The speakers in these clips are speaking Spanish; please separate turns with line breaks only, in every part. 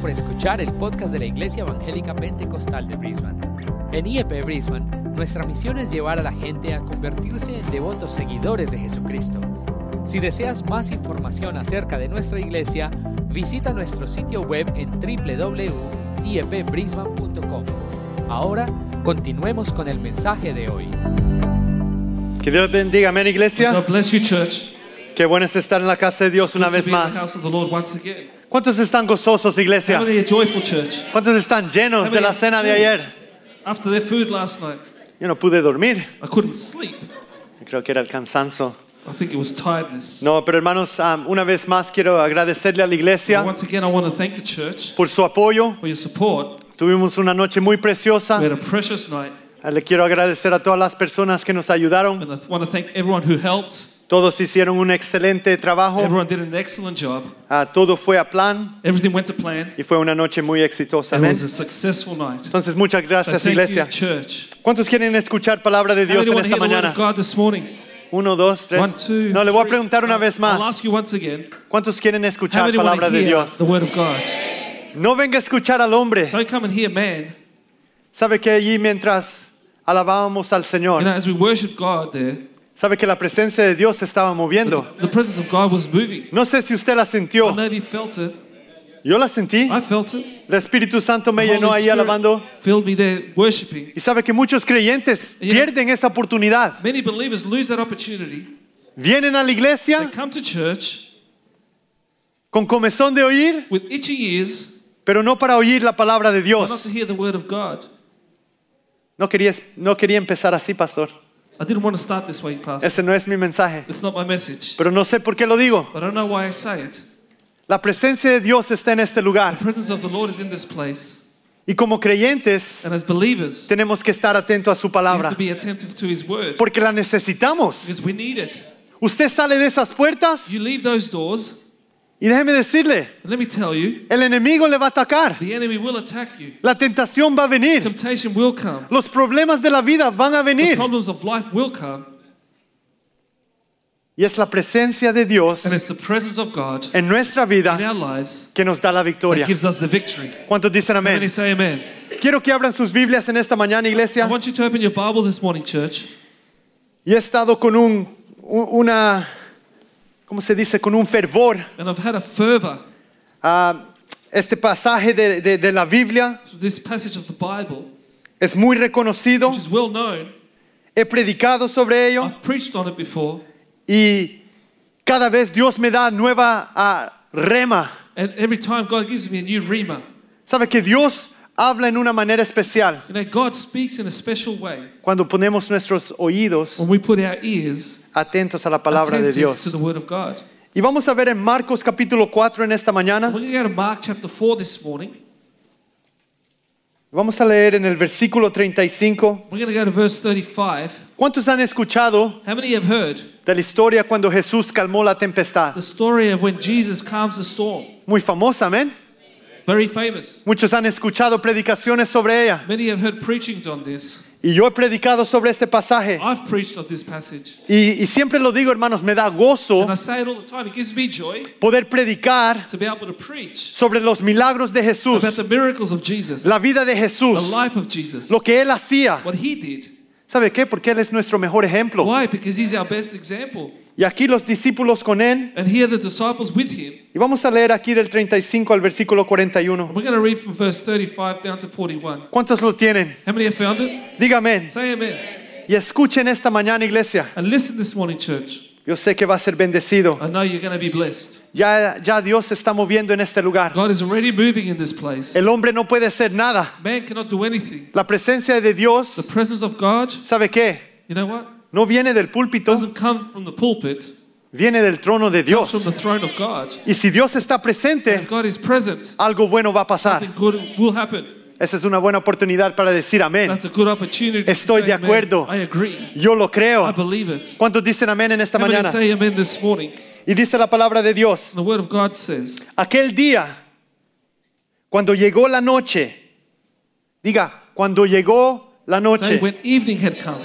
por escuchar el podcast de la Iglesia Evangélica Pentecostal de Brisbane. En IEP Brisbane, nuestra misión es llevar a la gente a convertirse en devotos seguidores de Jesucristo. Si deseas más información acerca de nuestra iglesia, visita nuestro sitio web en E www.iepbrisbane.com. Ahora, continuemos con el mensaje de hoy.
Que Dios bendiga, amén iglesia.
God bless you, church.
Qué bueno es estar en la casa de Dios
It's
una
good to
vez
be in the
más.
house of the Lord once again.
¿Cuántos están gozosos iglesia?
How many are joyful, church?
¿Cuántos están llenos de la cena de ayer?
After their food last night,
Yo no pude dormir,
I couldn't sleep.
creo que era el cansanzo.
I think it was tiredness.
No, pero hermanos, um, una vez más quiero agradecerle a la
But
iglesia
once again, I want to thank the church
por su apoyo.
for your support.
Tuvimos una noche muy preciosa. Ah,
We had a precious night,
Le quiero agradecer a todas las personas que nos ayudaron.
and I want to thank everyone who helped.
Todos hicieron un excelente trabajo.
Everyone did an excellent job.
Ah, todo fue a plan
Everything went to plan.
y fue una noche muy exitosa.
It
Amén.
was a successful night.
Entonces, muchas
So
gracias
thank you,
iglesia.
church.
¿Cuántos quieren escuchar palabra de
How
Dios
many
en
want to
esta
hear the word
mañana?
of God this morning?
Uno, dos, tres.
One, two.
no, le voy a
three.
preguntar una vez
I'll ask
más.
you once again.
¿Cuántos quieren
How
escuchar
many want
palabra
to
de
hear
Dios?
the word of God?
No venga a escuchar al hombre.
Don't come and hear man.
Sabe que allí mientras alabábamos al
You
Señor,
know, as we worship God there,
sabe que la presencia de Dios se estaba moviendo.
the presence of God was moving.
No sé si usted la
I
sintió.
know you felt it.
Yo la sentí.
I felt it.
El Espíritu Santo me
The
llenó
Holy
ahí
Spirit
alabando.
Filled me there worshiping.
Y sabe que muchos creyentes
Yeah.
pierden esa oportunidad.
Many believers lose that opportunity.
Vienen a la
They
iglesia
come to church
con comezón de oír,
with itchy ears,
pero no para oír la palabra de
but not to
Dios.
hear the word of God.
No quería, no quería empezar así, pastor.
I didn't want to start this way, Pastor.
Ese no es mi mensaje.
It's not my message.
Pero no sé por qué lo digo.
But I don't know why I say it.
La presencia de Dios está en este lugar
The presence of the Lord is in this place.
y como creyentes
And as believers,
tenemos que estar atentos a su
we have
palabra
to be attentive to his word
porque la necesitamos.
because we need it.
Usted sale de esas puertas
You leave those doors,
y déjeme decirle,
and let me tell you,
el enemigo le va a atacar,
the enemy will attack you.
la tentación va a venir,
Temptation will come.
los problemas de la vida van a
The
venir
problems of life will come,
y es la presencia de Dios
and it's the presence of God
en nuestra
in
vida
our lives
que nos da la
that
victoria.
gives us the victory.
¿Cuántos dicen
How many
amén?
say amen?
Quiero que abran sus Biblias en esta mañana,
I
iglesia.
want you to open your Bibles this morning, church.
Y he estado con un, u- una, ¿cómo se dice? Con un fervor
And I've had a fervor
Ah, este pasaje de, de- de la Biblia
for this passage of the Bible,
es muy reconocido.
which is well known.
He predicado sobre ello
I've preached on it before,
y cada vez Dios me da nueva ah, rema.
and every time God gives me a new rima.
Sabe que Dios habla en una manera especial
You know, God speaks in a special way
cuando ponemos nuestros oídos
when we put our ears
atentos a la palabra de
attentive to
Dios.
the Word of God.
Y vamos a ver en Marcos capítulo 4 en esta
We're
mañana.
going to go to Mark chapter 4 this morning.
Vamos a leer en el versículo 35.
We're going to go to verse 35.
¿Cuántos han escuchado
How many have heard
de la historia cuando Jesús calmó la tempestad?
the story of when Jesus calms the storm?
Muy famosa, amén.
Very famous.
Muchos han escuchado predicaciones sobre ella.
Many have heard preachings on this.
Y yo he predicado sobre este pasaje.
I've preached on this passage.
Y, y siempre lo digo, hermanos, me da gozo
And I say it all the time. It gives me joy
poder predicar
to be able to preach
sobre los milagros de Jesús,
about the miracles of Jesus,
la vida de
the
Jesús,
life of Jesus,
lo que Él hacía.
what he did.
¿Sabe qué? Porque Él es nuestro mejor ejemplo.
Why? Because he's our best example.
Y aquí los discípulos con Él.
And here the disciples with him.
Y vamos a leer aquí del 35 al versículo 41.
We're going to read from verse 35 down to 41.
¿Cuántos lo tienen?
How many have found it?
Dígame.
Say amen.
Y escuchen esta mañana, iglesia.
And listen this morning, church.
Yo sé que va a ser bendecido.
I know you're going to be blessed.
Ya, ya Dios se está moviendo en este lugar.
God is already moving in this place.
El hombre no puede hacer nada.
Man cannot do anything.
La presencia de Dios
The presence of God,
¿Sabe qué?
you know what?
No viene del púlpito,
Doesn't come from the pulpit,
viene del trono de
from
Dios.
the throne of God.
Y si Dios está presente,
If God is present,
algo bueno va a pasar.
something good will happen.
Esa es una buena oportunidad para decir amén.
That's a good opportunity. to
Estoy
say
de
amen.
acuerdo.
I agree.
Yo lo
I
creo.
believe it.
¿Cuántos dicen Ah, amén en esta
How many
mañana?
say amen this morning?
Y dice la palabra de Dios.
The word of God says,
Aquel día, cuando llegó la noche, diga, cuando llegó la
say
noche,
when evening had come,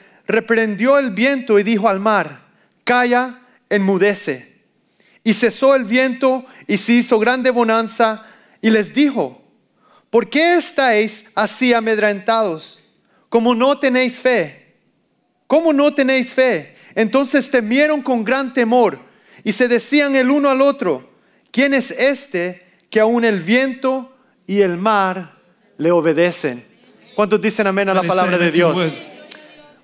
reprendió el viento y dijo al mar, Calla, enmudece. Y cesó el viento y se hizo grande bonanza y les dijo, ¿por qué estáis así amedrentados? Como no tenéis fe. ¿Cómo no tenéis fe? Entonces temieron con gran temor y se decían el uno al otro, ¿quién es este que aún el viento y el mar le obedecen? ¿Cuántos dicen amén a la
Let us say
palabra de
amen to your
Dios?
word.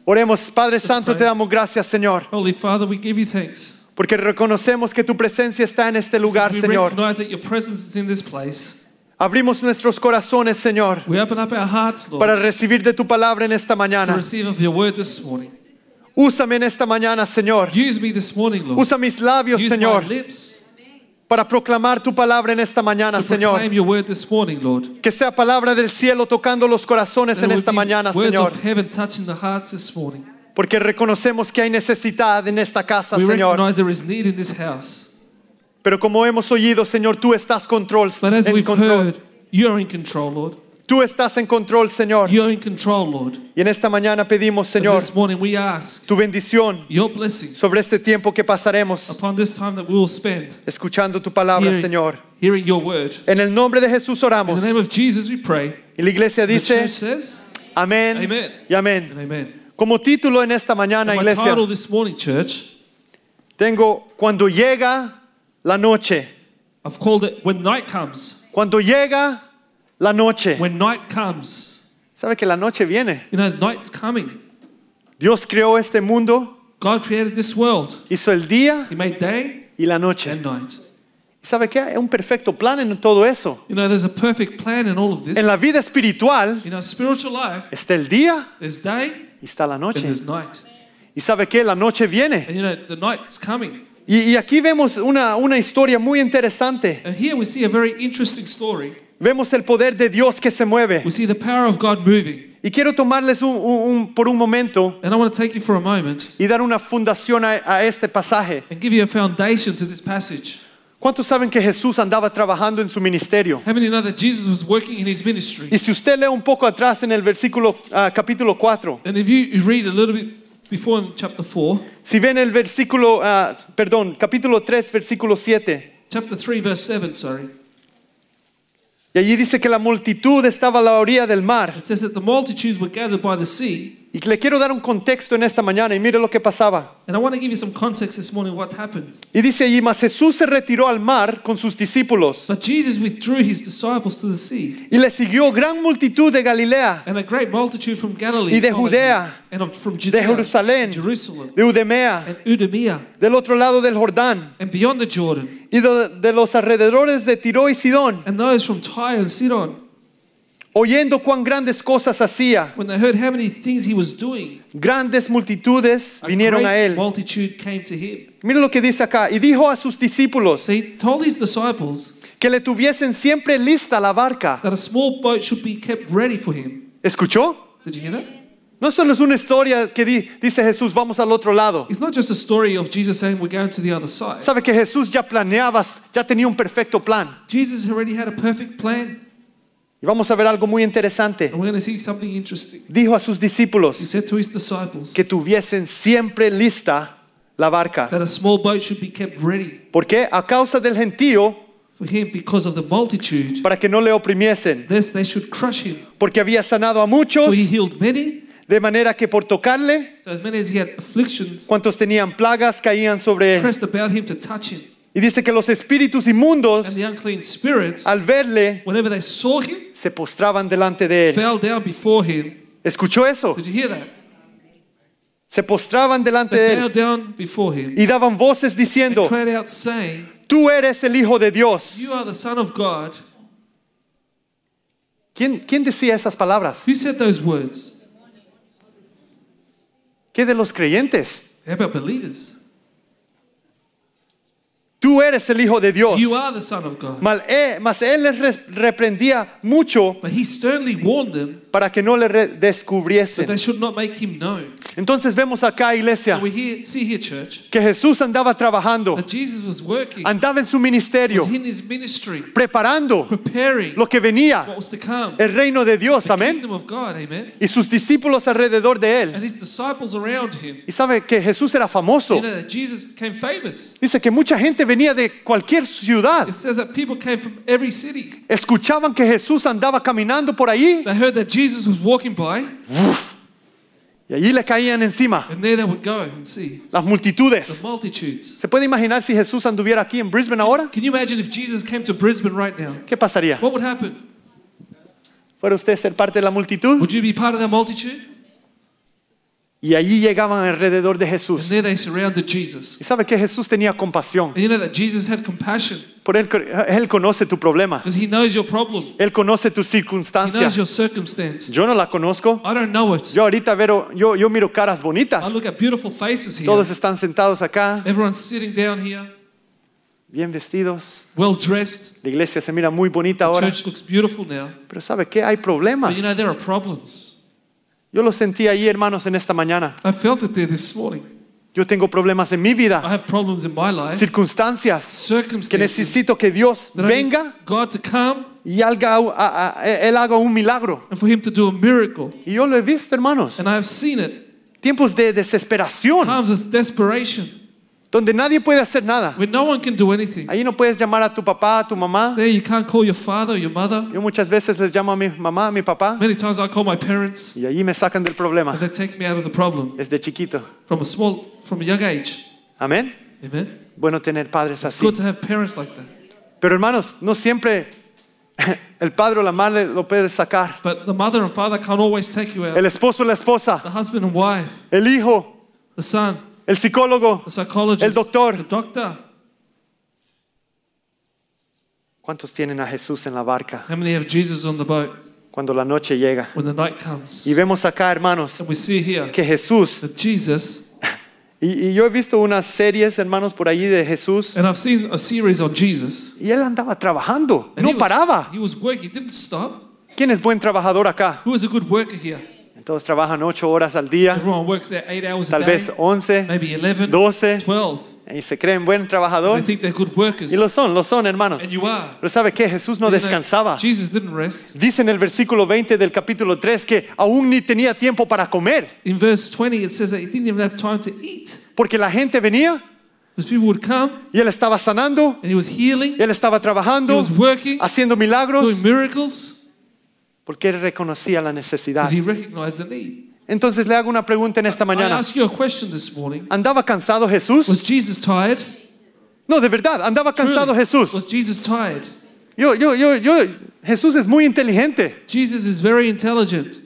Oremos, Padre Santo, te
pray.
damos gracias, Señor,
Holy Father, we give you thanks.
porque reconocemos que tu presencia está en este lugar,
We
Señor.
recognize that your presence is in this place.
Abrimos nuestros corazones, Señor,
We open up our hearts, Lord,
para recibir de tu palabra en esta
to
mañana.
receive of your word this morning.
Úsame en esta mañana, Señor.
Use me this morning, Lord.
Usa mis labios,
Use
Señor,
my lips
para proclamar tu palabra en esta mañana,
to
Señor.
proclaim your word this morning, Lord.
Que sea palabra del cielo tocando los corazones
That
en
it would
esta
be
mañana,
words
Señor.
of heaven touching the hearts this morning.
Porque reconocemos que hay necesidad en esta casa,
we
Señor.
recognize there is need in this house.
Pero como hemos oído, Señor, tú estás control,
But as
en
we've
control.
heard, you're in control, Lord.
Tú estás en control, Señor.
You're in control, Lord.
Y en esta mañana pedimos,
And
Señor,
this morning we ask
tu bendición
your blessing
sobre este tiempo que pasaremos
upon this time that we will spend
escuchando tu palabra,
hearing,
Señor.
hearing your word.
En el nombre de Jesús
In
oramos.
the name of Jesus we pray.
Y la iglesia
And The church
dice,
says,
amén
Amen.
y amén.
and Amen.
Como título en esta mañana,
And my
iglesia,
title this morning, church,
tengo cuando llega la noche.
I've called it When Night Comes.
Cuando llega la noche,
When Night Comes.
sabe que la noche viene.
You know, night's coming.
Dios creó este mundo,
God created this world.
hizo el día
He made day
y la noche.
and night.
¿Sabe qué? Es un perfecto plan en todo eso.
You know, there's a perfect plan in all of this.
En la vida espiritual
In our spiritual life,
está el día
there's day
y está la
and
noche.
there's night.
¿Y sabe qué? La noche viene.
And you know, the night's coming.
Y, y aquí vemos una, una historia muy interesante.
And here we see a very interesting story.
Vemos el poder de Dios que se mueve.
We see the power of God moving.
Y quiero tomarles un- un- un- por un momento
And I want to take you for a moment
y dar una fundación a, a este pasaje.
and give you a foundation to this passage.
¿Cuántos saben que Jesús andaba trabajando en su ministerio?
How many know that Jesus was working in his ministry?
Y si usted lee un poco atrás en el versículo ah, capítulo 4,
And if you- you read a little bit before in chapter 4,
si ven el versículo, ah, perdón, capítulo 3, versículo 7,
chapter 3, verse 7, sorry,
y allí dice que la multitud estaba a la orilla del mar.
it says that the multitudes were gathered by the sea.
Y le quiero dar un contexto en esta mañana y mire lo que pasaba.
And I want to give you some context this morning what happened.
Y dice allí, mas Jesús se retiró al mar con sus discípulos
But Jesus withdrew his disciples to the sea.
y le siguió gran multitud de Galilea,
And a great multitude from Galilee
Y de
followed
Judea,
him, and of, from
de
Judea,
Jerusalén,
Jerusalem,
de Udemea,
and Udamia,
del otro lado del Jordán
and beyond the Jordan,
y de, de los alrededores de Tiro y Sidón,
and those from Tyre and Sidon,
oyendo cuán grandes cosas hacía.
when they heard how many things he was doing,
Grandes multitudes
a
vinieron
great
a él.
multitude came to him.
Mira lo que dice acá. Y dijo a sus discípulos
So he told his disciples
que le tuviesen siempre lista la barca.
that a small boat should be kept ready for him.
¿Escuchó?
Did you hear that?
No solo es una historia que di- dice Jesús, vamos al otro lado.
It's not just a story of Jesus saying we're going to the other side.
Sabe que Jesús ya planeaba, ya tenía un perfecto plan.
Jesus already had a perfect plan,
Y vamos a ver algo muy interesante.
and we're going to see something interesting.
Dijo a sus
He
discípulos
said to his disciples
que tuviesen siempre lista la barca.
that a small boat should be kept ready
¿Por qué? A causa del gentío,
for him because of the multitude.
para que no le oprimiesen.
Thus they should crush him.
Porque había sanado a muchos,
For he healed many,
de manera que por tocarle
so as many as he had afflictions
Cuantos tenían plagas caían sobre él.
pressed about him to touch him.
Y dice que los espíritus inmundos,
And the unclean spirits,
al verle,
whenever they saw him,
se postraban delante de él.
fell down before him.
¿Escuchó eso?
Did you hear that?
Se postraban delante de
They fell
él
down before him.
y daban voces
They
diciendo,
cried out, saying,
tú eres el Hijo de Dios.
You are the Son of God.
¿Quién, quién decía esas palabras?
Who said those words?
¿Qué de los creyentes?
How about believers?
tú eres el Hijo de Dios.
You are the Son of God.
Mal- eh, Mas él les re- reprendía mucho
But he sternly warned them
para que no le re-
that
descubriesen.
they should not make him known.
Entonces vemos acá, iglesia,
And we hear, see here, church,
que Jesús andaba trabajando,
that Jesus was working,
andaba en su ministerio,
was in his ministry,
preparando
preparing
lo que venía,
what was to come.
el reino de Dios,
The
amén.
kingdom of God, amen.
Y sus discípulos alrededor de él.
And his disciples around him.
Y sabe que Jesús era
You
famoso.
know, that Jesus became famous.
Dice que mucha gente venía de cualquier ciudad.
It says that people came from every city.
Escuchaban que Jesús andaba caminando por ahí
They heard that Jesus was walking by,
y allí le caían encima
and there they would go and see
las
the
multitudes.
multitudes.
¿Se puede imaginar si Jesús anduviera aquí en Brisbane ahora?
Can you imagine if Jesus came to Brisbane right now?
¿Qué pasaría?
What would happen?
¿Fuera usted ser parte de la multitud?
Would you be part of that multitude?
Y allí llegaban alrededor de
And
Jesús.
there they surrounded Jesus.
Y sabe que Jesús tenía compasión.
And you know that Jesus had compassion
Por él, él conoce tu problema.
because he knows your problem.
Él conoce tu
He knows
circunstancia.
your circumstance.
Yo no la conozco.
I don't know it.
Yo ahorita veo, yo, yo miro caras
I
bonitas.
look at beautiful faces here.
Todos están sentados acá,
Everyone's sitting down here,
bien vestidos.
well dressed.
La iglesia se mira muy bonita ahora.
Church looks beautiful now.
Pero ¿sabe qué? Hay problemas.
But you know, there are problems.
Yo lo sentí ahí, hermanos, en esta mañana.
I felt it there this morning.
Yo tengo problemas en mi
I
vida,
have problems in my life,
circunstancias que
circumstances.
necesito que Dios
that I need
venga
God to come
y haga, a- a- Él haga un milagro.
and for Him to do a miracle.
Y yo lo he visto, hermanos.
And I have seen it.
Tiempos de desesperación,
Times it's desperation,
donde nadie puede hacer nada.
where no one can do anything.
Ahí no puedes llamar a tu papá, a tu mamá.
There you can't call your father or your mother.
Yo muchas veces les llamo a mi mamá, a mi papá,
Many times I call my parents
y allí me sacan del
and
problema
they take me out of the problem
desde chiquito.
from a small, from a young age.
Amén.
Amen.
Bueno tener padres
It's
así.
good to have parents like that.
Pero hermanos, no siempre el padre o la madre lo puede sacar.
But the mother and father can't always take you out.
El esposo, la esposa,
The husband and wife,
el hijo,
the son,
el psicólogo.
the psychologist,
El doctor.
the doctor.
¿Cuántos tienen a Jesús en la barca
How many have Jesus on the boat
cuando la noche llega?
when the night comes?
Y vemos acá, hermanos,
And we see here
que Jesús,
that Jesus,
y, y yo he visto unas series, hermanos, por ahí de Jesús,
and I've seen a series on Jesus.
y él andaba trabajando,
and he
no
was-
paraba.
He was working, he didn't stop.
¿Quién es buen trabajador acá?
Who is a good worker here?
Entonces trabajan ocho horas al día,
Everyone works there eight hours
tal
a day,
vez once,
maybe 11,
12,
12.
y se creen buen
They
trabajador.
think they're good workers.
Y lo son, lo son, hermanos.
and you are.
Pero ¿sabe qué? Jesús no
You know,
descansaba.
Jesus didn't rest.
Dice en el versículo 20 del capítulo 3 que aún ni tenía tiempo para comer,
In verse 20, it says that he didn't even have time to eat.
porque la gente venía
Because people would come
y él estaba sanando,
and he was healing,
y él estaba
he
trabajando,
was working,
haciendo milagros,
doing miracles,
porque él reconocía la necesidad.
because he recognized the need.
Entonces le hago una pregunta en esta Ah.
I
mañana.
ask you a question this morning.
¿Andaba cansado Jesús?
Was Jesus tired?
No, de verdad, andaba cansado
Truly,
Jesús.
Was Jesus tired?
Yo, yo, yo, yo, Jesús es muy inteligente.
Jesus is very intelligent.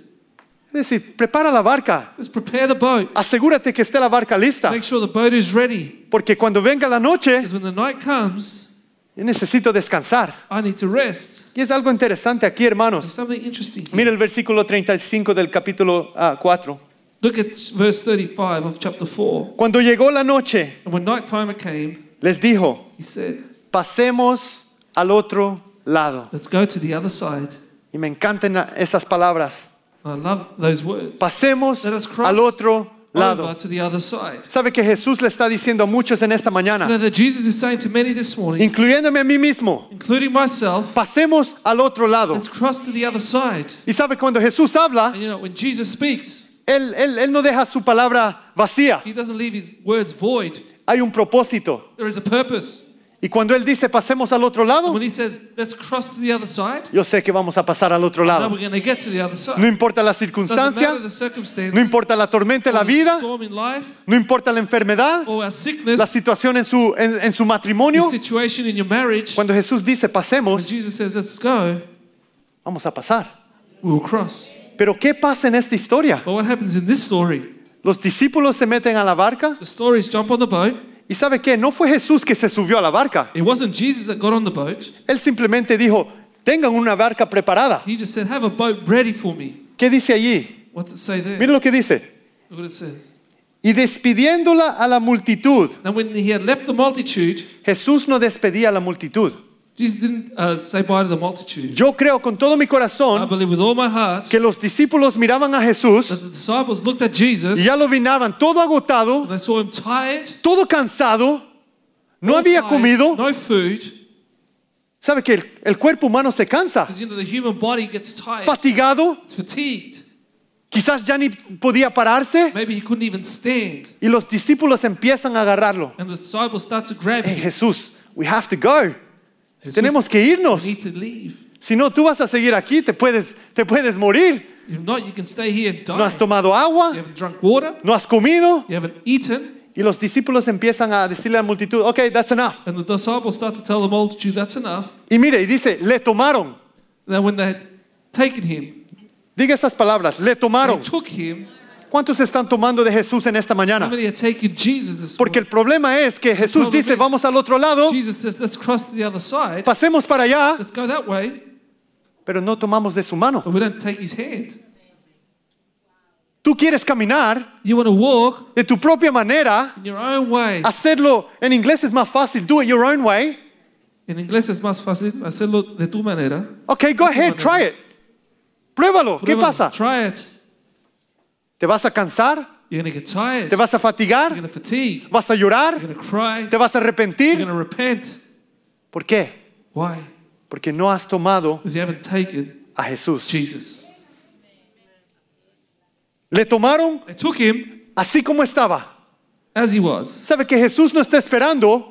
Es decir, prepara la barca.
Just prepare the boat.
Asegúrate que esté la barca lista,
Make sure the boat is ready.
porque cuando venga la noche,
Because when the night comes,
yo necesito descansar.
I need to rest.
Y es algo interesante aquí, hermanos.
Something interesting. here.
Mira el versículo 35 del capítulo ah, 4.
Look at verse 35 of chapter 4.
Cuando llegó la noche,
And when night time came,
les dijo,
he said,
pasemos al otro lado.
Let's go to the other side.
Y me encantan ah, esas palabras.
And I love those words.
Pasemos
Let us cross
al otro
Over
lado.
to the other side.
¿Sabe que Jesús le está diciendo a muchos en esta
You
mañana,
know that Jesus is saying to many this morning,
incluyéndome a mí mismo?
including myself,
Pasemos al otro lado.
let's cross to the other side.
Y sabe, cuando Jesús habla,
And you know, when Jesus speaks,
él, él, él no deja su palabra vacía.
he doesn't leave his words void.
Hay un propósito.
There is a purpose.
Y cuando Él dice, pasemos al otro
And
lado,
when he says, let's cross to the other side,
yo sé que vamos a pasar al otro
now
lado.
we're going to get to the
No
other side.
importa la
Doesn't
circunstancia,
matter the circumstance,
no importa la tormenta en la vida,
storm in life,
no importa la enfermedad,
or our sickness,
la situación en su, en, en su
the
matrimonio.
situation in your marriage,
Cuando Jesús dice,
when
pasemos,
Jesus says, let's go,
vamos a pasar.
we will cross.
Pero ¿qué pasa en esta historia?
But what happens in this story?
Los discípulos se meten a la barca
The stories jump on the boat.
y ¿sabe qué? No fue Jesús que se subió a la barca.
It wasn't Jesus that got on the boat.
Él simplemente dijo, tengan una barca preparada.
He just said, have a boat ready for me.
¿Qué dice allí?
What does it say there?
Mira lo que dice.
Look what it says.
Y despidiéndola a la multitud,
Now, when he had left the multitude,
Jesús no despedía a la multitud.
Jesus didn't uh, say bye to the multitude.
Yo creo con todo mi
I
corazón
believe with all my heart
que los discípulos miraban a
that
Jesús
the disciples looked at
y
Jesus
ya lo miraban todo agotado,
and they saw him tired,
todo cansado, no había
tired,
comido.
no food,
¿Sabe que el, el cuerpo humano se cansa?
because you know the human body gets tired,
Fatigado,
it's fatigued.
quizás ya ni podía pararse
Maybe he couldn't even stand.
y los discípulos empiezan a agarrarlo.
And the disciples start to grab
Hey
him.
Jesús, we have to go.
Jesus,
Tenemos que
"You
irnos.
need to leave.
Si no, tú vas a seguir aquí, te puedes, te puedes morir.
If not, you can stay here and die.
No has tomado
you
agua,
haven't drunk water.
no has comido.
You haven't eaten.
Y los discípulos empiezan a decirle a la multitud, ok, that's enough.
And the disciples start to tell the multitude, that's enough.
Y mire, y dice, le tomaron.
Now, when they had taken him,
Diga esas palabras, le
they
tomaron.
took him.
¿Cuántos están tomando de Jesús en esta
How
mañana?
many had taken Jesus this
Porque el
morning?
problema es que Jesús
problem
dice,
is-
vamos al otro lado,
Jesus says, let's cross to the other side.
pasemos para allá,
Let's go that way.
pero no tomamos de su mano.
But we don't take his hand.
Tú quieres caminar
You want to walk
de tu propia manera,
in your own way.
Ah. hacerlo en inglés es más fácil, do it your own way.
En inglés es más fácil hacerlo de tu manera.
Ok, go ahead, try it. Pruébalo, ¿qué
Pruébalo.
pasa?
Try it.
¿Te vas a cansar?
You're going to get tired.
¿Te vas a
You're
fatigar?
going to fatigue.
¿Vas a llorar?
You're going to cry.
¿Te vas a
You're
arrepentir?
going to repent.
¿Por qué?
Why?
Porque no has tomado
Because you haven't taken
a Jesús.
Jesus.
Le tomaron
They took him
así como estaba.
as he was.
¿Sabe que Jesús no está esperando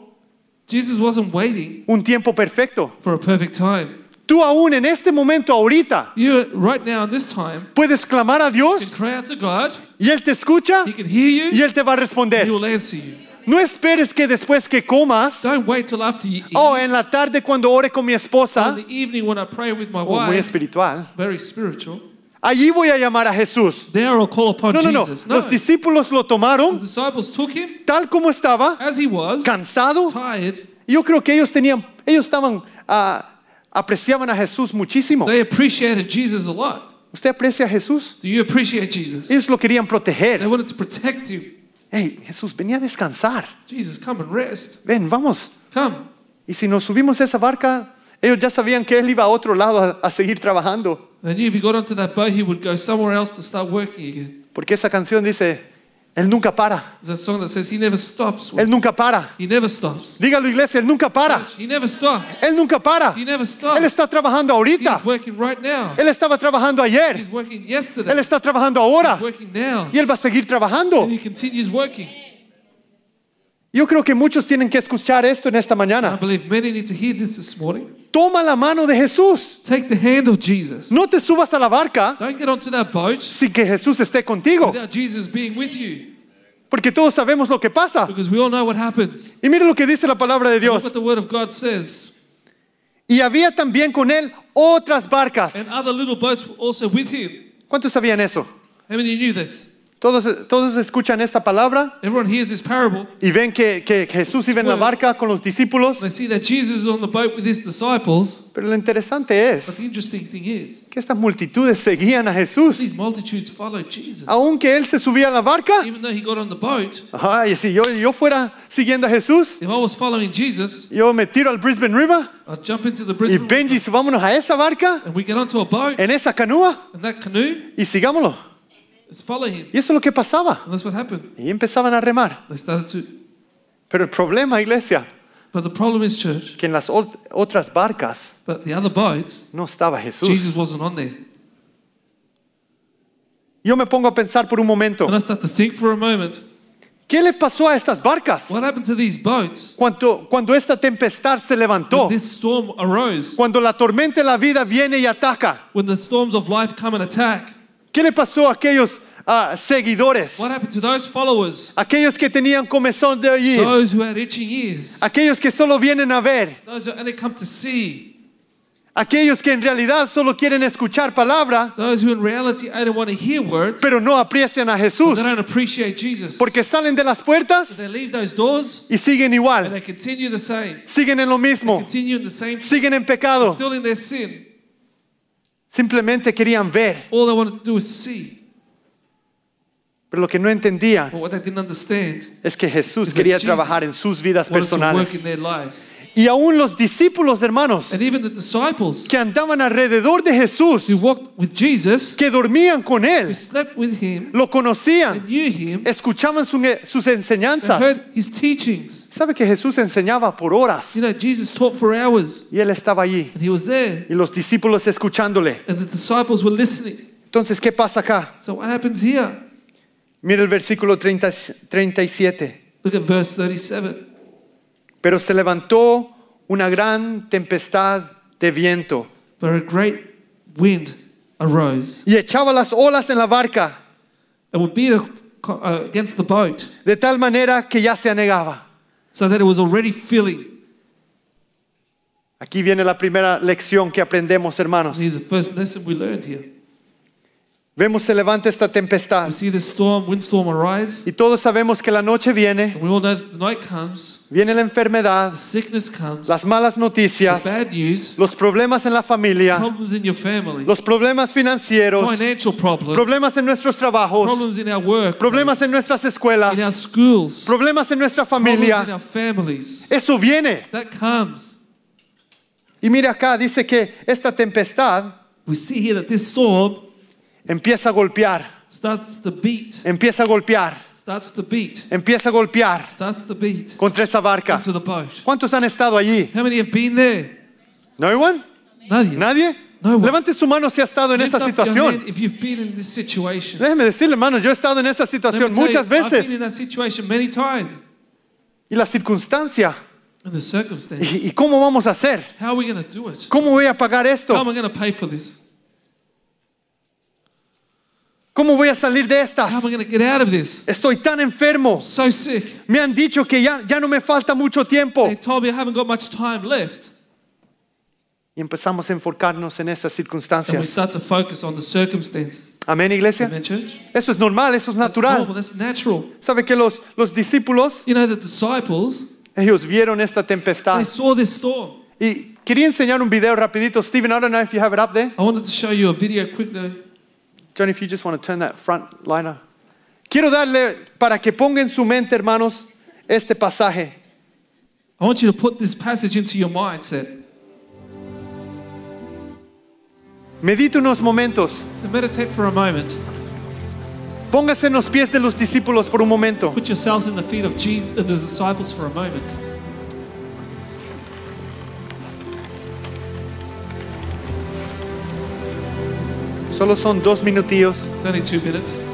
Jesus wasn't waiting
un tiempo perfecto?
for a perfect time.
Tú aún en este momento, ahorita,
You, right now, in this time,
puedes clamar a
you can
Dios
cry out to God.
y Él te escucha
He can hear you.
y Él te va a
and He
responder.
will answer you.
No esperes que después que comas
Don't wait till after you eat.
o en Oh, la tarde cuando ore con mi
or
esposa,
in the evening when I pray with my
o muy
wife.
espiritual,
Very spiritual.
allí voy a llamar a Jesús.
There I'll call upon
No, no, no.
Oh, Jesus.
Los
The
discípulos lo tomaron
disciples took him
tal como estaba,
as he was,
cansado.
tired.
Y Yo creo que ellos tenían, ellos estaban, ah, apreciaban a Jesús muchísimo.
They appreciated Jesus a lot.
¿Usted aprecia a Jesús?
Do you appreciate Jesus?
Ellos lo querían
They
proteger.
wanted to protect him.
Hey, Jesús, venía a descansar.
Jesus, come and rest.
Ven, vamos.
Come.
Y si nos subimos a esa barca, ellos ya sabían que él iba a otro lado a, a seguir trabajando.
They knew if he got onto that boat, he would go somewhere else to start working again.
Porque esa canción dice, él nunca para,
There's that song that says he never stops.
él nunca para.
He never stops.
Dígalo, iglesia, él nunca para.
He never stops.
Él nunca para.
He never
Él
stops.
está trabajando ahorita.
He's working right now.
Él estaba trabajando ayer.
He's working
Él
yesterday.
está trabajando ahora.
He's working now.
Y Él va a seguir trabajando.
And he continues working.
Yo creo que muchos tienen que escuchar esto en esta
I
mañana.
believe many need to hear this this morning.
Toma la mano de Jesús.
Take the hand of Jesus.
No te subas a la barca
Don't get onto that boat
sin que Jesús esté contigo.
without Jesus being with you.
Porque todos sabemos lo que pasa.
Because we all know what happens.
Y mire lo que dice la palabra de
Look
Dios.
what the word of God says.
Y había también con él otras barcas.
And other little boats were also with him.
¿Cuántos sabían eso?
How many knew this?
Todos, todos escuchan esta palabra
Everyone hears this parable.
y ven que, que Jesús iba en la barca con los discípulos.
They see that Jesus is on the boat with his disciples.
Pero lo interesante
But
es
the interesting thing is,
que estas multitudes seguían a Jesús.
these multitudes followed Jesus.
Aunque él se subía a la barca.
Even though he got on the boat,
Ay, si yo, yo fuera siguiendo a Jesús,
if I was following Jesus,
yo me tiro al Brisbane River
I'd jump into the
y
Brisbane
Benji, subámonos a esa barca,
and we get onto a boat
en esa canoa
and that canoe
y sigámoslo.
is follow him.
Y eso es lo que pasaba.
And that's what happened.
Y empezaban a remar.
They started to.
Pero el problema, iglesia,
But the problem is, church,
que en las ot- otras barcas
but the other boats,
no estaba Jesús.
Jesus wasn't on there.
Yo me pongo a pensar por un momento,
And I start to think for a moment,
¿qué le pasó a estas barcas
what happened to these boats
cuando, cuando esta tempestad se levantó?
when this storm arose?
Cuando la tormenta de la vida viene y ataca.
When the storms of life come and attack?
¿Qué le pasó a aquellos ah, seguidores?
What happened to those followers?
Aquellos que tenían comezón de oír.
Those who had itching ears.
Aquellos que solo vienen a ver,
Those who only come to see.
aquellos que en realidad solo quieren escuchar palabra,
Those who in reality don't want to hear words.
pero no aprecian a
They
Jesús,
don't appreciate Jesus.
porque salen de las puertas
They leave those doors
y siguen
and
igual,
they continue the same.
siguen en lo mismo,
Continue in the same.
siguen en pecado,
Still in their sin.
simplemente querían ver.
All they wanted to do was see.
Pero lo que no entendía
But what they didn't understand
es que Jesús
Is that
quería
Jesus
trabajar en sus vidas
wanted to work
personales.
in their lives.
Y aún los discípulos, hermanos,
And even the disciples
que andaban alrededor de Jesús,
who walked with Jesus,
que dormían con
who
Él,
slept with him,
lo
and
conocían,
knew him,
escuchaban su- sus
and
enseñanzas.
heard his teachings.
¿Sabe que Jesús enseñaba por horas?
You know, Jesus taught for hours,
Y Él estaba allí.
and he was there,
Y los discípulos escuchándole.
and the disciples were listening.
Entonces, ¿qué pasa acá?
So what happens here?
Mira el versículo 30 37.
Look at verse 37.
Pero se levantó una gran tempestad de viento
But a great wind arose
y echaba las olas en la barca
and would beat ac- co- uh, against the boat
de tal manera que ya se anegaba.
so that it was already filling.
Aquí viene la primera lección que aprendemos, hermanos.
Here's the first lesson we learned here.
Vemos se levanta esta tempestad
We see this storm, windstorm arise,
y todos sabemos que la noche viene,
and we all know the night comes,
viene la enfermedad,
sickness comes,
las malas
the
noticias,
bad news,
los problemas en la familia,
problems in your family,
los problemas financieros,
financial problems,
problemas en nuestros trabajos,
problems in our work,
problemas en nuestras escuelas,
in our schools,
problemas en nuestra
problems in
familia.
our families.
Eso viene.
That comes.
Y mira acá, dice que esta tempestad
We see here that this storm
empieza a golpear,
starts to beat,
empieza a golpear,
starts to beat,
empieza a golpear
starts to beat
contra esa barca.
into the boat.
¿Cuántos han estado allí?
How many have been there?
¿No hay one?
None.
¿Nadie?
No one.
Levante su mano si ha estado en
Lift
esa
up your
situación.
hand If you've been in this situation,
Déjeme decirle, hermano, yo he estado en esa
Let me
situación
tell
muchas
you, I've been
veces
in that situation many times.
y la circunstancia.
In the circumstance,
¿Y, y cómo vamos a hacer?
how are we going to do it?
¿Cómo voy a pagar
How
esto?
am I going to pay for this?
¿Cómo voy a salir de estas?
How am I going to get out of this?
Estoy tan enfermo.
So sick.
Me han dicho que ya, ya no me falta mucho tiempo.
They told me I haven't got much time left.
Y empezamos a enfocarnos en esas
And we
circunstancias.
start to focus on the circumstances.
Amén, Pues, iglesia.
Amen, church?
Eso es normal, eso es
That's normal,
natural.
that's natural.
¿Sabe que los, los discípulos,
You know, the disciples,
ellos vieron esta tempestad?
they saw this storm.
Y quería enseñar un video rapidito. Steven, I don't know if you have it up there.
I wanted to show you a video quickly.
Johnny, if you just want to turn that front liner. Quiero darle, para que ponga en su mente, hermanos, este pasaje.
I want you to put this passage into your mindset.
Medite unos momentos.
So meditate for a moment.
Póngase en los pies de los discípulos por un momento.
Put yourselves in the feet of Jesus and the disciples for a moment.
Solo son dos minutillos.
It's only two minutes.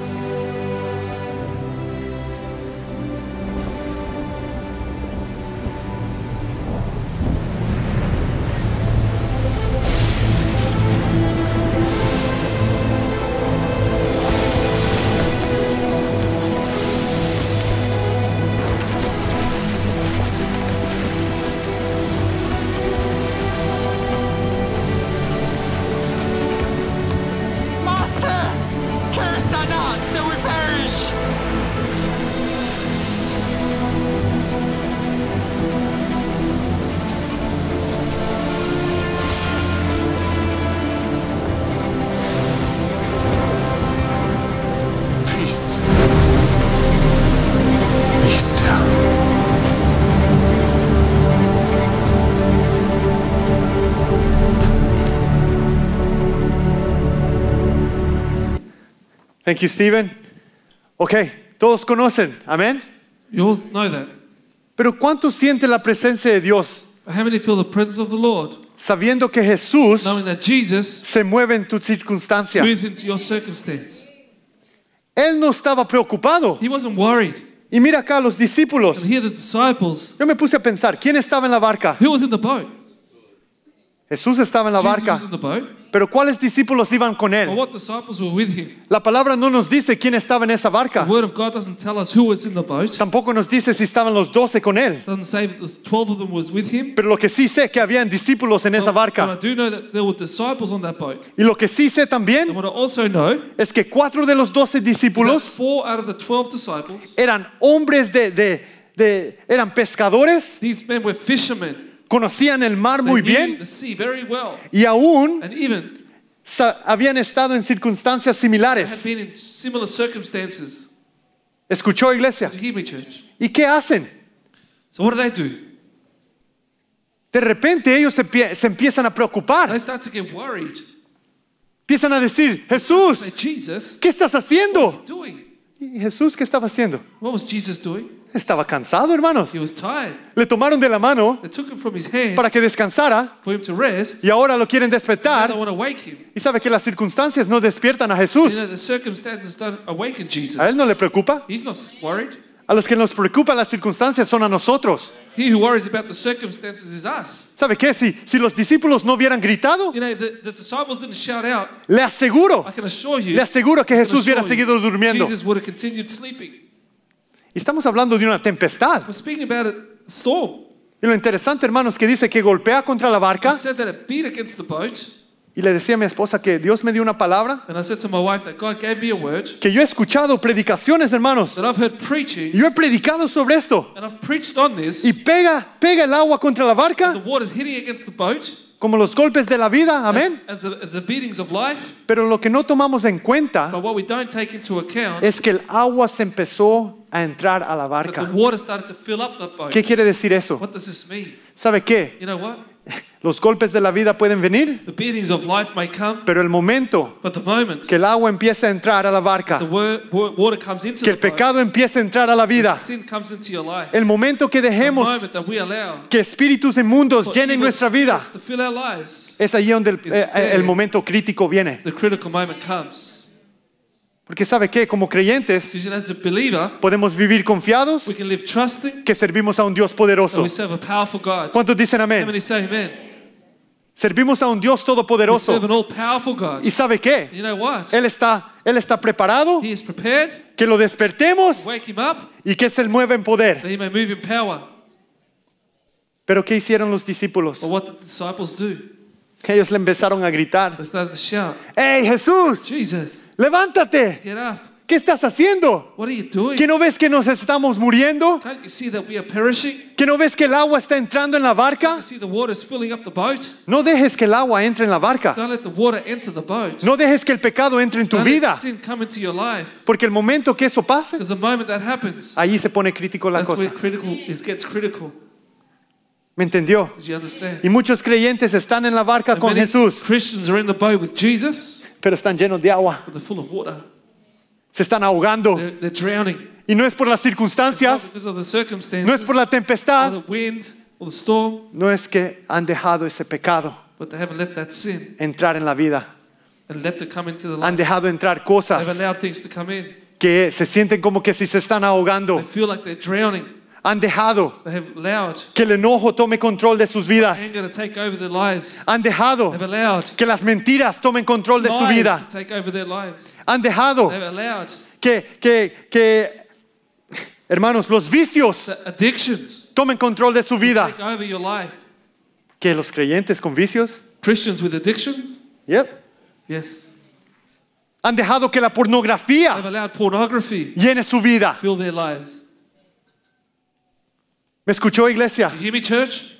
Master, curse thou not that we perish. Peace. Be still.
Thank you, Steven. Ok, todos conocen. Amén.
You all know that.
Pero ¿cuántos sienten la presencia de Dios
But how many feel the presence of the Lord,
sabiendo que Jesús
knowing that Jesus
se mueve en tu circunstancia?
moves into your circumstance?
Él no estaba preocupado.
He wasn't worried.
Y mira acá los discípulos.
And here the disciples,
Yo me puse a pensar, ¿quién estaba en la barca?
who was in the boat?
Jesús estaba en la
Jesus
barca.
was in the boat.
Pero ¿cuáles discípulos iban con
But
él?
what disciples were with him?
La palabra no nos dice quién estaba en esa barca.
The word of God doesn't tell us who was in the boat.
Tampoco nos dice si estaban los doce con él.
doesn't say that the 12 of them was with him.
Pero lo que sí sé que habían discípulos en esa
But
barca.
I do know that there were disciples on that boat.
Y lo que sí sé
And
también
what I also know is
es que cuatro de los doce
that
discípulos
four out of the 12 disciples,
eran hombres de, de- de- eran pescadores,
these men were fishermen.
conocían el mar
They
muy
knew
bien
the sea very well.
y aún
And even
sa- habían estado en circunstancias
had
similares.
been in similar circumstances.
Escuchó iglesia.
Did you hear me, church?
¿Y qué hacen?
So what do they do?
De repente ellos se, empie- se empiezan a preocupar.
They start to get worried.
Empiezan a decir,
Say,
Jesús,
Jesus,
¿qué estás haciendo?
doing?
¿Y Jesús qué estaba haciendo?
What was Jesus doing?
Estaba cansado, hermanos.
He was tired.
Le tomaron de la mano
They took him from his hand
para que descansara
for him to rest.
y ahora lo quieren
Now they
despertar.
want to wake him.
Y sabe que las circunstancias no despiertan a Jesús.
You know, the circumstances don't awaken
A él
Jesus.
no le preocupa.
He's not worried.
A los que nos preocupan las circunstancias son a nosotros.
He who worries about the circumstances is us.
¿Sabe qué? Si, si los discípulos no hubieran gritado,
You know, the, the disciples didn't shout out.
le aseguro,
I can assure you.
le aseguro que
I can
Jesús hubiera
assure you,
seguido durmiendo.
Jesus would have continued sleeping.
Y estamos hablando de una tempestad.
We're speaking about a storm.
Y lo interesante, hermanos, que dice que golpea contra la
I
barca
said that it beat against the boat.
y le decía a mi esposa que Dios me dio una palabra,
And I said to my wife that God gave me a word
que yo he escuchado predicaciones, hermanos.
that I've heard preaching.
Y Yo he predicado sobre esto.
And I've preached on this.
Y pega, pega el agua contra la
The
barca
water's hitting against the boat.
como los golpes de la vida, amén.
As the, as the beatings of life.
Pero lo que no tomamos en cuenta
But what we don't take into account
es que el agua se empezó a entrar a la
that the
barca.
water started to fill up the boat.
¿Qué quiere decir eso?
What does this mean?
¿Sabe qué?
You know what?
Los golpes de la vida pueden venir,
The beatings of life may come,
pero el momento
but the moment
que el agua empiece a entrar a la barca,
the wor- wor- water comes into
que
the
el
boat,
pecado empiece a entrar a la
the
vida,
sin comes into your life.
el momento que
The
dejemos
moment that we allow
que espíritus inmundos
for
llenen
evil
nuestra vida,
spirits to fill our lives,
es allí donde el,
It's
eh, eh, el
there.
momento crítico viene.
the critical moment comes.
Porque ¿sabe qué? Como creyentes
Because you know, as a believer,
podemos vivir confiados
we can live trusting
que servimos a un Dios
that
poderoso.
we serve a powerful God. How
¿Cuántos dicen amén?
many say amen?
Servimos a un Dios
We serve
todopoderoso.
an all-powerful God.
¿Y sabe qué?
You know what?
Él está, él está preparado,
He is prepared.
que lo despertemos
Wake him up
y que se mueva en poder.
that he may move in power.
Pero ¿qué hicieron los discípulos?
But what did the disciples do?
Ellos le empezaron a gritar.
They started to shout,
¡Hey Jesús!
Jesus,
¡Levántate!
get up.
¿Qué estás haciendo?
What are you doing?
¿Que no ves que nos estamos muriendo?
Can't you see that we are perishing?
¿Que no ves que el agua está entrando en la barca?
You see the water is filling up the boat.
No dejes que el agua entre en la barca.
Don't let the water enter the boat.
No dejes que el pecado entre en tu
Don't
vida.
let sin come into your life.
Porque el momento que eso pase,
Because the moment that happens,
ahí se pone crítico Ah, la
that's where
cosa.
critical it gets critical.
¿Me entendió?
Did you understand?
Y muchos creyentes están en la barca
And
con
many
Jesús,
Christians are in the boat with Jesus,
pero están llenos de agua.
but they're full of water.
Se están ahogando.
They're, they're drowning.
Y no es por las
It's not
circunstancias,
because of the circumstances,
no es por la
or
tempestad,
the wind, or the storm,
no es que han dejado ese pecado
but they haven't left that sin
entrar en la vida.
and left it come into the life.
Han dejado entrar
They've
cosas
allowed things to come in.
que se sienten como que si se están
They
ahogando.
feel like they're drowning.
Han dejado
They have allowed
que el enojo tome control de sus vidas.
anger to take over their lives.
Han dejado
They've allowed
que las mentiras tomen control de su
lies
vida.
to take over their lives.
Han dejado
They've allowed
que, que, que, hermanos, los vicios
the addictions
tomen control de su vida.
take over your life.
Que los creyentes con vicios
Christians with addictions,
yep,
yes,
han dejado que la
they've
pornografía
allowed pornography
llene su vida.
fill their lives.
¿Me escuchó, iglesia?
You hear me, church?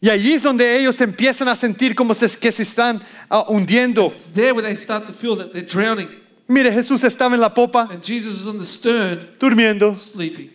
Y allí es donde ellos empiezan a sentir como se, que se están ah, hundiendo.
It's there where they start to feel that they're drowning,
Mire, Jesús estaba en la popa,
and Jesus is on the stern,
durmiendo
sleeping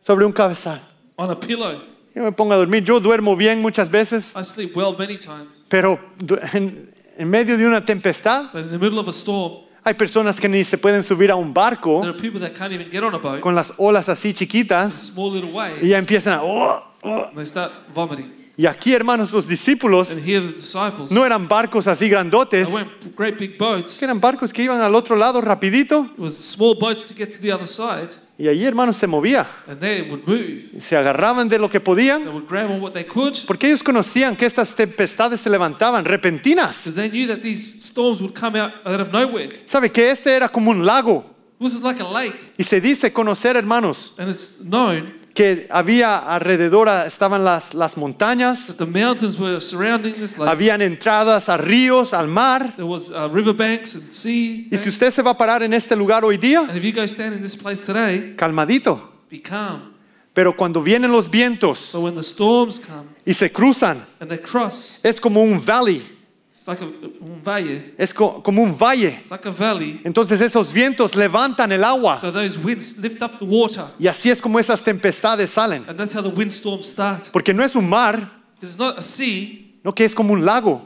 sobre un cabezal.
on a pillow.
Yo me pongo a dormir. Yo duermo bien muchas veces,
I sleep well many times,
pero du- en- en medio de una tempestad
but in the middle of a storm,
Hay personas que ni se pueden subir a un
there
barco
are people that can't even get on a boat.
con las olas así chiquitas
Small little
y
waves,
ya empiezan a... "Oh, oh".
and they start vomiting.
Y aquí, hermanos, los discípulos
And here the disciples,
no eran barcos así grandotes,
they went great big boats.
eran barcos que iban al otro lado rapidito
It was small boats to get to the other side,
y allí, hermanos, se movía.
and they would move.
Se agarraban de lo que
They
podían
would grab on what they could,
porque ellos conocían que estas tempestades se levantaban repentinas.
because they knew that these storms would come out out of nowhere. It
¿Sabe que este era como un lago?
was like a lake,
Y se dice conocer, hermanos,
and it's known
que había alrededor, ah, estaban las, las montañas,
that the mountains were surrounding this lake.
habían entradas a ríos, al mar.
There was uh, riverbanks and sea.
Y si usted se va a parar en este lugar hoy día,
And if you go stand in this place today,
calmadito.
be calm.
Pero cuando vienen los vientos
So when the storms come
y se cruzan,
and they cross,
es como un valley.
it's It's like a un valle.
es co- como un valle.
It's like a valley.
Entonces esos vientos levantan el agua
So those winds lift up the water,
y así es como esas tempestades salen.
and that's how the windstorms start.
Porque no es un mar,
It's not a sea.
no que es como un lago.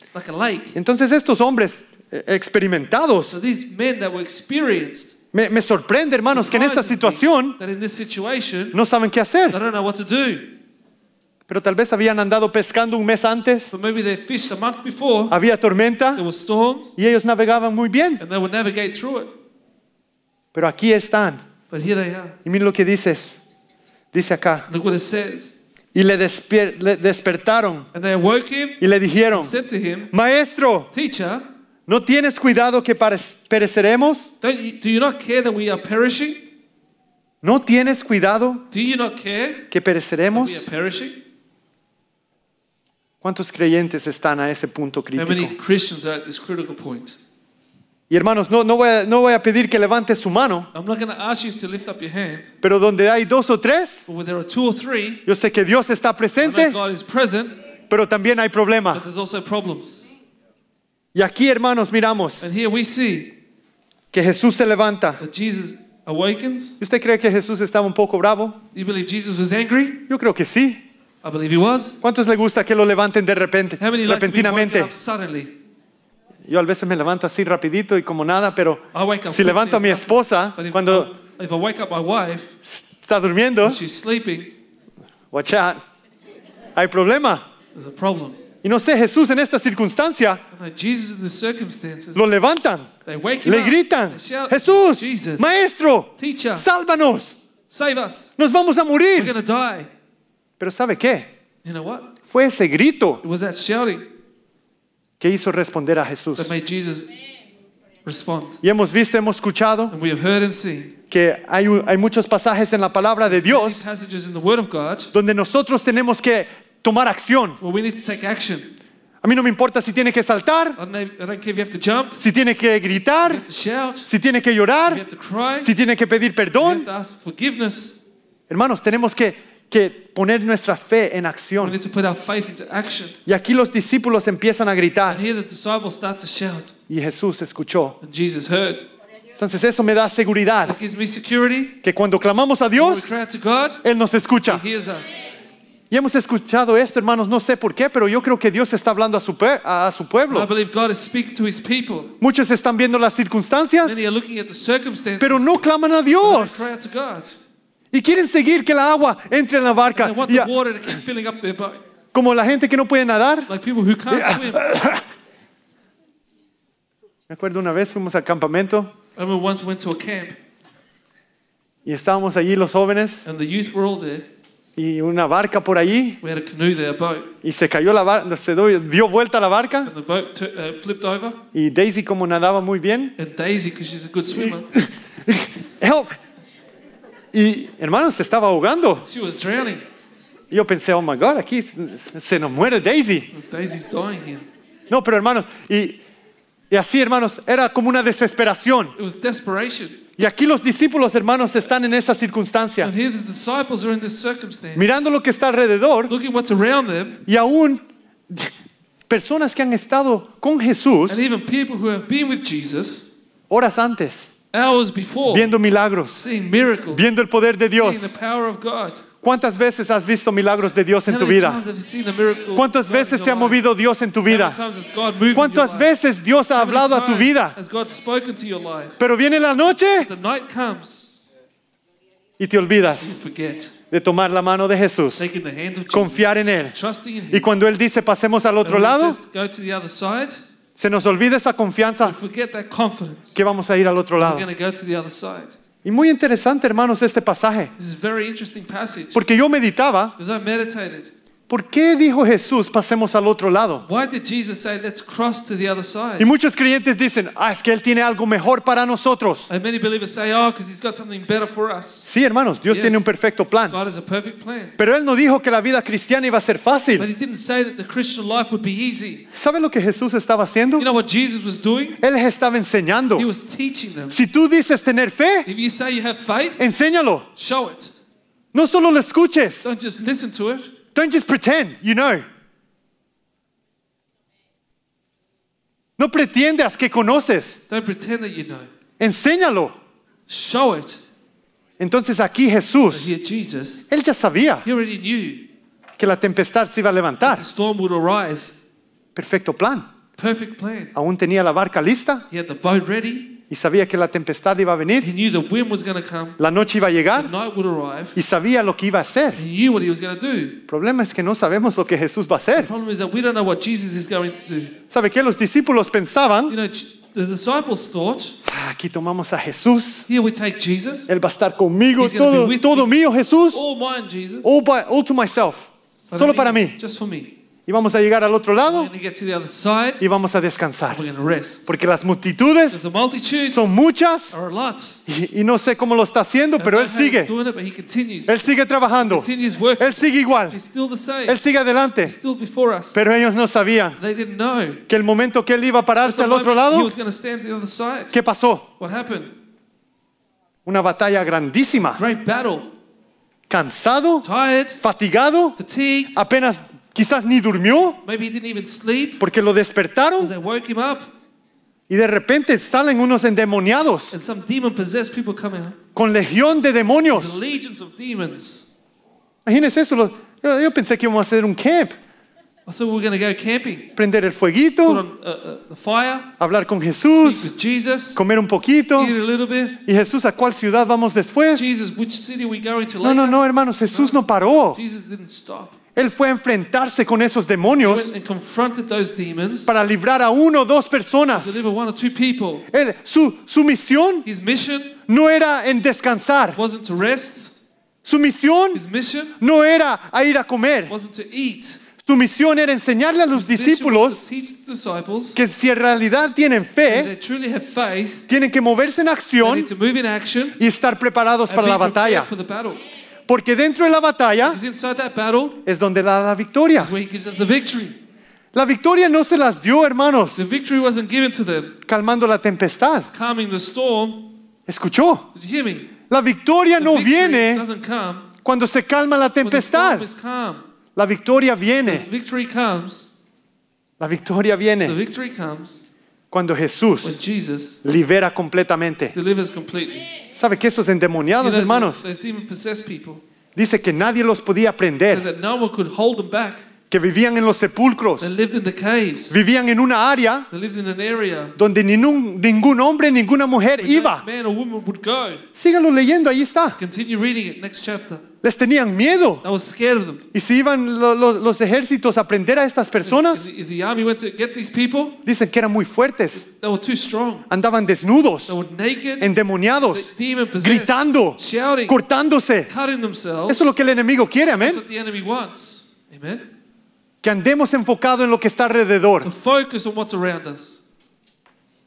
It's like a lake.
Entonces estos hombres eh, experimentados,
So these men that were experienced.
me, me sorprende hermanos que en esta
surprises me
situación
That in this situation,
no saben qué
they
hacer.
don't know what to do.
Pero tal vez habían andado pescando un mes antes,
So maybe they fished a month before.
había tormenta
There were storms,
y ellos navegaban muy bien.
and they would navigate through it.
Pero aquí están.
But here they are.
Y miren lo que dices. Dice acá.
Look what it says.
Y le, despier- le despertaron
And they awoke him
y le dijeron,
and said to him,
Maestro,
Teacher,
¿no tienes cuidado que pare- pereceremos?
don't you, do you not care that we are perishing?
¿No tienes cuidado
Do you not care
que
that we are
pereceremos?
perishing?
¿Cuántos creyentes están a ese punto
How many
crítico?
Christians are at this critical point?
Y hermanos, no, no, voy a, no voy a pedir que levantes su mano,
I'm not going to ask you to lift up your hand,
pero donde hay dos o tres,
but when there are two or three,
yo sé que Dios está
I know
presente,
God is present,
pero también hay
but
problema.
there's also problems.
Y aquí, hermanos, miramos
And here we see
que Jesús se levanta.
that Jesus awakens.
¿Y ¿Usted cree que Jesús estaba un poco bravo?
You believe Jesus was angry?
Yo creo que sí.
I believe he was.
¿Cuántos le gusta que lo levanten de repente,
How many like to be woken
repentinamente?
up suddenly?
Yo a veces me levanto así rapidito y como nada, pero
I wake up
si
quickly,
levanto a
it's
mi
nothing.
esposa
But if,
cuando
I, if I wake up my wife,
está durmiendo,
and she's sleeping,
watch out, hay problema.
there's a problem.
Y no sé, Jesús en esta circunstancia
I know Jesus in the circumstances,
lo levantan,
they wake him
le
up.
gritan,
They shout,
Jesús,
Jesus,
maestro,
Teacher.
sálvanos,
save us.
nos vamos a
We're
morir.
going to die.
Pero ¿sabe qué?
You know what?
Fue ese grito
It was that shouting
que hizo responder a Jesús.
that made Jesus respond.
Y hemos visto, hemos escuchado
And we have heard and seen
que hay, un- hay muchos pasajes en la palabra de
many
Dios
passages in the Word of God
donde nosotros tenemos que tomar acción.
where we need to take action.
A mí no me importa si tiene que saltar,
I don't, know, I don't care if you have to jump,
si tiene que
you
gritar,
have to shout,
si tiene que
you
llorar,
have to cry,
si
you
tiene que pedir
have
perdón.
to ask for forgiveness.
Hermanos, tenemos que, que poner nuestra fe en
We
acción.
need to put our faith into action.
Y aquí los discípulos empiezan a
And
gritar
here the disciples start to shout,
y Jesús escuchó.
and Jesus heard.
Entonces eso me da seguridad
That gives me security.
que cuando clamamos a
When we
Dios,
cry out to God,
Él nos escucha.
He hears us.
Y hemos escuchado esto, hermanos, no sé por qué, pero yo creo que Dios está hablando a su, pue- a a su
And I
pueblo.
believe God is speaking to His people.
Muchos están viendo las circunstancias,
Many are looking at the circumstances.
pero no claman a
They
Dios.
cry out to God.
Y quieren seguir que la agua entre en la barca.
They want
Y
the
a-
water to keep filling up their boat.
como la gente que no puede nadar.
Like people who can't swim.
Me acuerdo una vez fuimos al campamento
I remember once went to a camp
y estábamos allí los jóvenes
and the youth were all there.
y una barca por allí
We had a canoe there, a boat,
y se cayó la barca, se do- dio vuelta la barca
and the boat tu- uh, flipped over.
y Daisy como nadaba muy bien.
And Daisy, because she's a good swimmer,
Help. Y hermano se estaba ahogando.
she was drowning.
Y yo pensé, oh my God, aquí se se nos muere Daisy.
And Daisy's dying here.
No, pero hermanos, y, y así hermanos, era como una desesperación.
It was desperation.
Y aquí los discípulos hermanos están en esa circunstancia.
And here the disciples are in this circumstance,
mirando lo que está alrededor
looking what's around them,
y aún personas que han estado con Jesús
and even people who have been with Jesus
horas antes,
hours before,
viendo milagros,
seeing miracles,
viendo el poder de Dios.
seeing the power of God.
¿Cuántas veces has visto milagros de Dios en
How
tu
many
vida?
times have you seen the miracle of
¿Cuántas
God in
veces
your
se ha
life?
movido Dios en tu
How
vida?
many times has God moved in your
¿Cuántas
life?
veces Dios ha
How many
hablado a tu
times
vida?
Has God spoken to your life?
Pero viene la noche
The night comes,
y te olvidas
you forget.
de tomar la mano de Jesús,
Taking the hand of Jesus,
confiar en Él.
trusting in Him.
Y cuando Él dice pasemos al
And
otro
when he
lado,
says, Go to the other side.
se nos olvida esa confianza
Forget that confidence.
que vamos a ir al otro
We're
lado.
going to go to the other side.
Y muy interesante, hermanos, este pasaje.
This is a very interesting passage.
Porque yo meditaba
Because I meditated.
¿Por qué dijo Jesús pasemos al otro lado?
Why did Jesus say, let's cross to the other side?
Y muchos creyentes dicen, ah, es que Él tiene algo mejor para nosotros.
And many believers say, oh, because he's got something better for us.
Sí, hermanos, Dios
Yes.
tiene un perfecto plan.
God has a perfect plan.
Pero Él no dijo que la vida cristiana iba a ser
But
fácil.
he didn't say that the Christian life would be easy.
¿Sabe lo que Jesús estaba haciendo?
You know what Jesus was doing?
Él les estaba enseñando.
He was teaching them.
Si tú dices tener fe,
If you say you have faith,
enséñalo.
show it.
No solo lo escuches.
Don't just listen to it.
Don't just pretend, you know. No pretendas que conoces.
Don't pretend that you know.
Enséñalo.
Show it.
Entonces aquí
So
Jesús,
here, Jesus,
él ya sabía
he already knew
que la tempestad se iba a levantar.
the storm would arise.
Perfecto plan.
Perfect plan.
Aún tenía la barca lista
He had the boat ready.
y sabía que la tempestad iba a venir.
He knew the wind was going to come.
La noche iba a
The
llegar
night would arrive.
y sabía lo que iba a hacer.
He knew what he was going to do.
El problema es que no sabemos lo que Jesús va a hacer.
The problem is that we don't know what Jesus is going to do.
¿Sabe qué? Los discípulos pensaban,
You know, J- the disciples thought,
"Ah, aquí tomamos a Jesús.
here we take Jesus.
Él va a estar conmigo,
He's gonna
todo,
be with
todo mío, Jesús.
All mine, Jesus.
All, by, all to myself.
Para
Solo para mí.
Just for me.
Y vamos a llegar al otro
We're
lado
going to get to the other side.
y vamos a descansar.
We're going to rest.
Porque las multitudes
Because the multitudes
son muchas
are a lot.
y, y no sé cómo lo está haciendo,
I
pero
don't
Él
know how he's
sigue.
Doing it, but he continues.
Él sigue trabajando.
continues working.
Él sigue igual.
He's still the same.
Él sigue adelante.
He's still before us.
Pero ellos no sabían
they didn't know.
que el momento que Él iba a pararse
The
al otro
moment He
lado,
was going to stand to the other side.
¿qué pasó?
What happened?
Una batalla grandísima.
Great battle.
Cansado,
Tired,
fatigado,
fatigued.
apenas quizás ni durmió
Maybe he didn't even sleep
porque lo
because
despertaron
they woke him up.
y de repente salen unos endemoniados
And some demon possessed people come out.
con legión de
The
demonios.
legions of demons.
Imagínense eso. los- Yo, yo pensé que íbamos a hacer un camp,
I thought we were going to go camping.
prender el
Put
fueguito,
on uh, uh, the fire.
hablar con
Eat
Jesús,
with Jesus.
comer un poquito.
Eat a little bit.
¿Y Jesús a cuál ciudad vamos después?
Jesus, which city are we going to
No,
later?
no, no, hermanos, Jesús no paró.
Jesus didn't stop.
Él fue a enfrentarse con esos
He
demonios
went and confronted those demons.
para librar a uno o dos personas.
Deliver one or two people.
Él- su, su misión
His mission
no era en descansar.
wasn't to rest.
Su misión
His mission
no era a ir a comer.
wasn't to eat.
Su misión era enseñarle a los
His mission was
discípulos
to teach the disciples
que si en realidad tienen
that
fe,
they truly have faith.
tienen que moverse en
They need
acción
to move in action
y estar preparados
and
para
be
la
prepared
batalla.
for the battle.
Porque dentro de la batalla
Because inside that battle
es donde la, la victoria.
is where he gives us the victory.
La victoria no se las dio, hermanos,
The victory wasn't given to them.
calmando la tempestad.
Calming the storm.
¿Escuchó?
Did you hear me?
La victoria
The
no
victory
viene
doesn't come
cuando pues se calma la
when the storm
tempestad.
is calm.
La victoria
The
viene.
victory comes.
La victoria
The
viene
victory comes
cuando
when
Jesús
Jesus
libera completamente.
delivers completely.
¿Sabe que esos endemoniados,
You know,
hermanos?
Those demon possessed people
Dice que nadie los podía
so
prender,
that no one could hold them back.
que vivían en los sepulcros,
They lived in the caves.
vivían en una área
They lived in an area
donde ningún, ningún hombre, ninguna mujer
where no
iba.
man or woman would go.
Síganlo leyendo, ahí está.
Continue reading it, next chapter.
Les tenían miedo.
They were scared of them.
Y si iban lo- lo- los ejércitos a prender a estas
If
personas,
the, if the army went to get these people,
dicen que eran muy fuertes,
they were too strong.
andaban desnudos,
They were naked,
endemoniados,
demon possessed,
gritando,
shouting,
cortándose.
cutting themselves.
Eso es lo que el enemigo quiere,
That's
amén.
what the enemy wants. Amen.
Que andemos enfocado en lo que está alrededor.
To focus on what's around us.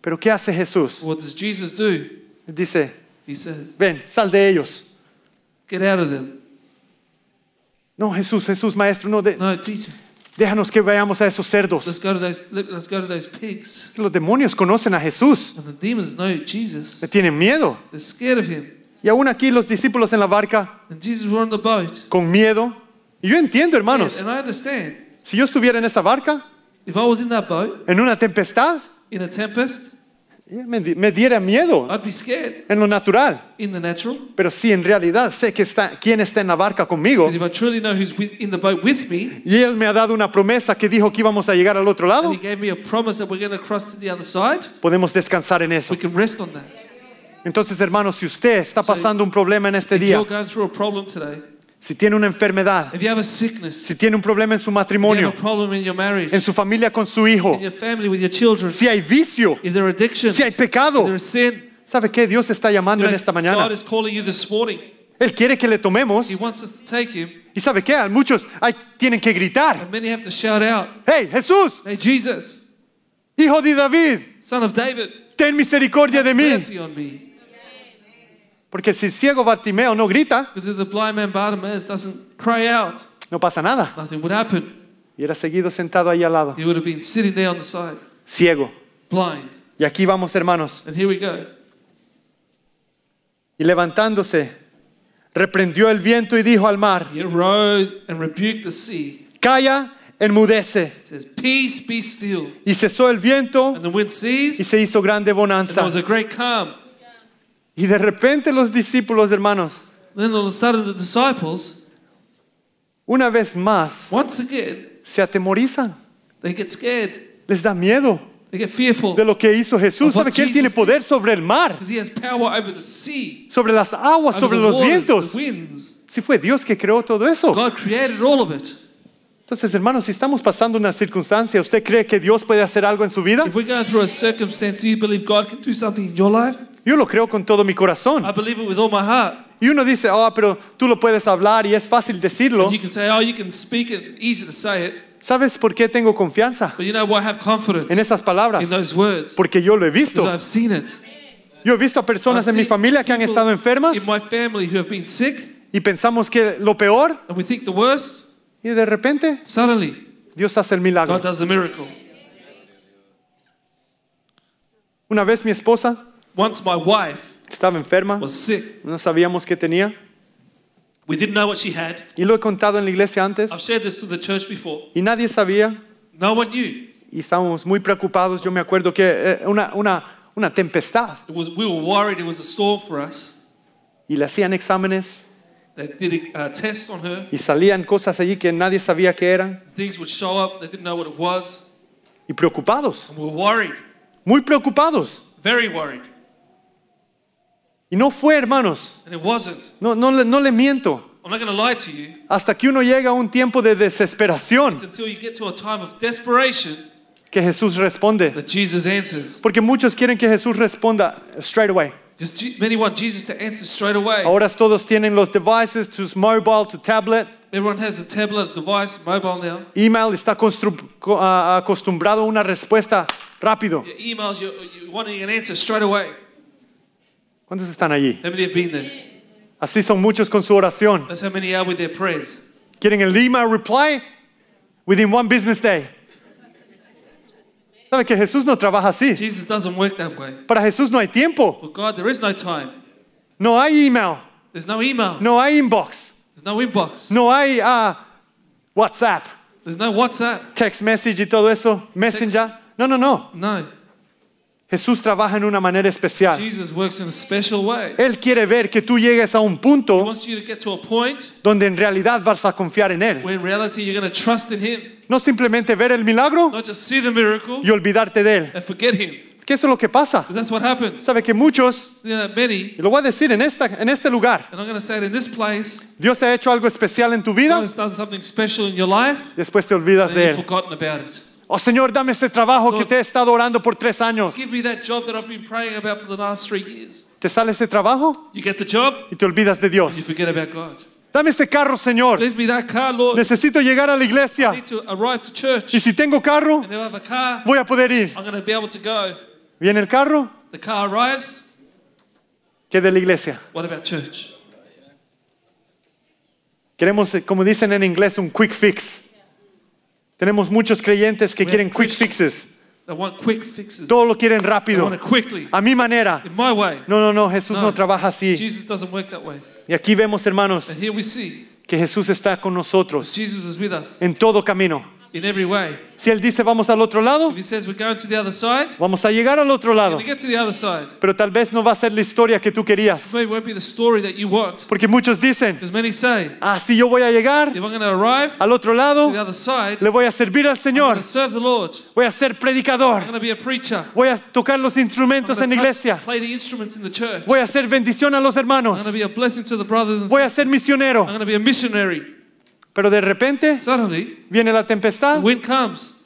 Pero ¿qué hace Jesús?
What does Jesus do?
Dice,
He says,
ven, sal de ellos.
Get out of them.
No, Jesús, Jesús, maestro, no, de-
No, teacher.
déjanos que vayamos a esos cerdos.
Let's go to those let- let's go to those pigs.
Los demonios conocen a Jesús,
And the demons know
le
Jesus.
tienen miedo.
They're scared of him.
Y aún aquí los discípulos en la barca,
And Jesus were on the boat.
con miedo. Y yo entiendo, hermanos,
And I understand.
si yo estuviera en esa barca,
If I was in that boat,
en una tempestad,
in a tempest,
ya me, di- me diera miedo
I'd be scared
en lo natural.
in the natural.
Pero si en realidad sé que está, quién está en la barca conmigo
But if I truly know who's with, in the boat with me,
y Él me ha dado una promesa que dijo que íbamos a llegar al otro
and
lado,
he gave me a promise that we're going to cross to the other side,
podemos descansar en eso.
we can rest on that.
Entonces, hermanos, si usted está
So,
pasando un problema en este
If
día,
you're going through a problem today,
si tiene una enfermedad,
if you have a sickness,
si
if
tiene un problema en su
you have
matrimonio,
a problem in your marriage,
en su familia con su hijo,
in your family, with your children,
si hay vicio,
if there are addictions,
si hay pecado.
if there is sin,
¿sabe qué? Dios está llamando
you
en
know,
esta mañana.
God is calling you this morning.
Él quiere que le tomemos
He wants us to take him.
y ¿sabe qué? Hay Muchos hay- tienen que gritar,
And many have to shout out,
¡Hey, Jesús,
Hey, Jesus.
hijo de David,
Son of David,
ten misericordia de mí!
mercy on me.
Porque si el ciego Bartimeo no grita,
Because if the blind man Bartimaeus doesn't cry out,
no pasa nada.
nothing would happen.
Y era seguido sentado ahí al lado,
He would have been sitting there on the side,
ciego.
blind.
Y aquí vamos, hermanos.
And here we go.
Y levantándose, reprendió el viento y dijo al mar,
He arose and rebuked the sea,
Calla, enmudece.
It says, Peace, be still.
Y cesó el viento
And the wind
y
ceased,
se hizo grande
and there
bonanza.
was a great calm.
Y de repente los discípulos, hermanos,
Then all of a sudden, the disciples,
una vez más,
once again,
se atemorizan.
they get scared.
Les da miedo
They get fearful
de lo que hizo Jesús. ¿Sabe que Él tiene poder sobre el mar,
because he has power over the sea,
sobre las aguas,
over
sobre
the
los
waters,
vientos?
the winds.
Si fue Dios que creó todo eso.
God created all of it.
Entonces, hermanos, si estamos pasando una circunstancia, ¿usted cree que Dios puede hacer algo en su vida?
If we're going through a circumstance, do you believe God can do something in your life?
Yo lo creo con todo mi corazón.
I believe it with all my heart.
Y uno dice, ah, pero tú lo puedes hablar y es fácil decirlo.
You can say, oh, you can speak it, easy to say it,
¿Sabes por qué tengo confianza
but you know why? Have confidence
en esas
in
palabras?
those words
Porque yo lo he
because
visto.
I've seen it.
Yo he visto a personas
I've
en mi
seen
familia que han
people
estado enfermas
In my family who have been sick,
y pensamos que lo peor
and we think the worst,
y de repente
suddenly
Dios hace el milagro.
God does a miracle.
Una vez mi esposa
Once my wife
estaba enferma,
was sick,
no sabíamos qué tenía
we didn't know what she had.
y lo he contado en la iglesia antes
I've shared this with the church before.
y nadie sabía
No one knew.
y estábamos muy preocupados. Yo me acuerdo que eh, una, una, una tempestad
It was, we were worried it was a storm for us.
y le hacían exámenes
They did a uh, test on her.
y salían cosas allí que nadie sabía qué eran
Things would show up. They didn't know what it was.
y preocupados,
And we were worried,
muy preocupados.
very worried.
Y no fue, hermanos,
And it wasn't.
no, no, le- no le miento.
I'm not going to lie to you.
Hasta que uno llega a un tiempo de desesperación
It's until you get to a time of desperation
que Jesús responde.
that Jesus answers.
Porque muchos quieren que Jesús responda straight away.
Because Je- many want Jesus to answer straight away.
Ahora todos tienen los devices, sus mobile, tu tablet,
Everyone has a tablet, a device, mobile now.
email, está constru- co- a- acostumbrado a una respuesta rápido.
Your emails, you're, you're wanting an answer straight away.
¿Cuántos están allí?
How many have been there?
Así son muchos con su oración.
That's how many are with their prayers.
Quieren el email reply within one business day. ¿Sabe que Jesús no trabaja así?
Jesus doesn't work that way.
Para Jesús no hay tiempo.
For God, there is no time.
No hay email.
There's no email.
No hay inbox.
There's no inbox.
No hay ah, WhatsApp,
There's no WhatsApp.
text message y todo eso. Messenger. No, no, no.
No.
Jesús trabaja en una manera especial.
Jesus works in a special way.
Él quiere ver que tú llegues a un
He
punto
wants you to get to a point
donde en realidad vas a confiar en Él.
where in reality you're going to trust in Him.
No simplemente ver el milagro
Not just see the miracle
y olvidarte de Él.
and forget Him.
Que eso es lo que pasa.
Because that's what happens.
Sabe que muchos,
You know, many
y lo voy a decir en, esta, en este lugar,
And I'm going to say it in this place.
Dios ha hecho algo especial en tu
God
vida,
has done something special in your life,
después te olvidas
and
de
you've
Él.
forgotten about it.
Oh Señor, dame este trabajo que te he estado orando por tres años.
Give me that job that I've been praying about for the last three years.
Te sale ese trabajo
You get the job,
y te olvidas de Dios.
you forget about God.
Dame ese carro, Señor.
Leave me that car, Lord.
Necesito llegar a la
I
iglesia.
need to arrive to church.
Y si tengo carro,
And now I have a car.
voy a poder ir.
I'm going to be able to go.
Viene el carro,
The car arrives.
que de la iglesia.
What about church?
Queremos, eh, como dicen en inglés, un quick fix. Tenemos muchos creyentes que
We
quieren
have
quick
Christians.
fixes.
They want quick fixes.
Todo lo quieren
They
rápido,
want it quickly.
a mi manera.
In my way.
No, no, no, Jesús
No.
no trabaja así.
Jesus doesn't work that way.
Y aquí vemos, hermanos,
And here we see
que Jesús está con nosotros
Jesus is with us
en todo camino.
in every way.
Si Él dice vamos al otro lado,
If he says we're going to the other side,
vamos a llegar al otro lado.
we get to the other side.
Pero tal vez no va a ser la historia que tú querías.
Maybe it won't be the story that you want.
Porque muchos dicen,
Because many say,
ah, sí, yo voy a llegar
if I'm going to arrive
al otro
to the
lado,
other side,
le
I'm
voy a servir al
going
Señor,
to serve the Lord.
voy a ser
I'm
predicador,
going to be a preacher.
voy a tocar los
I'm
instrumentos en la
going to
iglesia,
play the instruments in the church. I'm
voy a hacer bendición a los hermanos,
going to be a blessing to the brothers and
voy
sisters.
a ser
I'm
misionero.
going to be a missionary.
Pero de repente
Suddenly,
viene la
the
tempestad,
wind comes,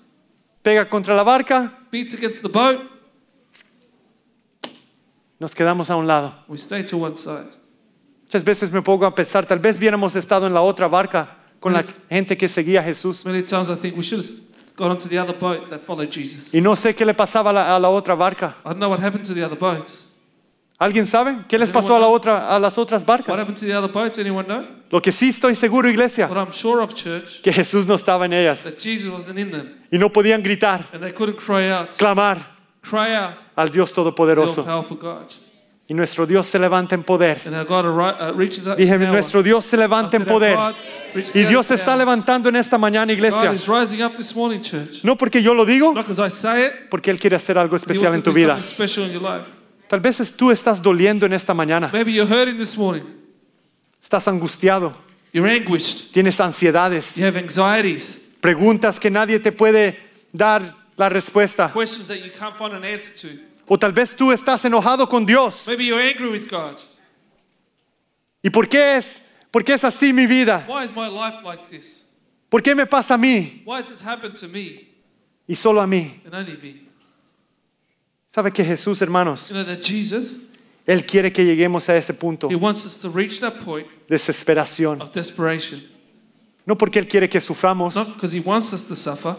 pega contra la barca,
beats against the boat,
nos quedamos a un lado.
we stay to one side.
Muchas veces me pongo a pensar, tal vez hubiéramos estado en la otra barca con la gente que seguía a Jesús.
Many times I think we should have got onto the other boat that followed Jesus.
Y no sé qué le pasaba a la, a la otra barca.
I don't know what happened to the other boats.
¿Alguien sabe qué les pasó a, la otra, a las otras
What
barcas?
happened to the other boats? Anyone know?
Lo que sí estoy seguro, iglesia,
What I'm sure of, church,
que Jesús no estaba en ellas
that Jesus wasn't in them.
y no podían gritar,
And they couldn't cry out.
clamar
Cry out.
al Dios
all
Todopoderoso.
powerful God.
Y nuestro Dios se levanta en poder.
And our God arri- uh, reaches up.
Dije,
in power.
nuestro Dios se
I
levanta
said,
en
"Our
poder.
God Reach the
Y
other
Dios se
town.
está levantando en esta mañana, iglesia.
God is rising up this morning, church.
No porque yo lo digo,
Not because I say it,
porque Él quiere hacer algo
He wants
especial
to
en tu
do
vida.
something special in your life.
Tal vez es- tú estás doliendo en esta mañana.
Maybe you're hurting this morning.
Estás angustiado.
You're anguished.
Tienes ansiedades.
You have anxieties,
Preguntas que nadie te puede dar la respuesta.
questions that you can't find an answer to.
O tal vez tú estás enojado con Dios.
Maybe you're angry with God.
¿Y por qué es? ¿Por qué es así mi vida?
Why is my life like this?
¿Por qué me pasa a mí?
Why has this happened to me
Y solo a mí.
and only me?
¿Sabe que Jesús, hermanos?
You know that Jesus,
Él quiere que lleguemos a ese punto de
He wants us to reach that point
desesperación.
of desperation.
No porque Él quiere que suframos,
Not because He wants us to suffer,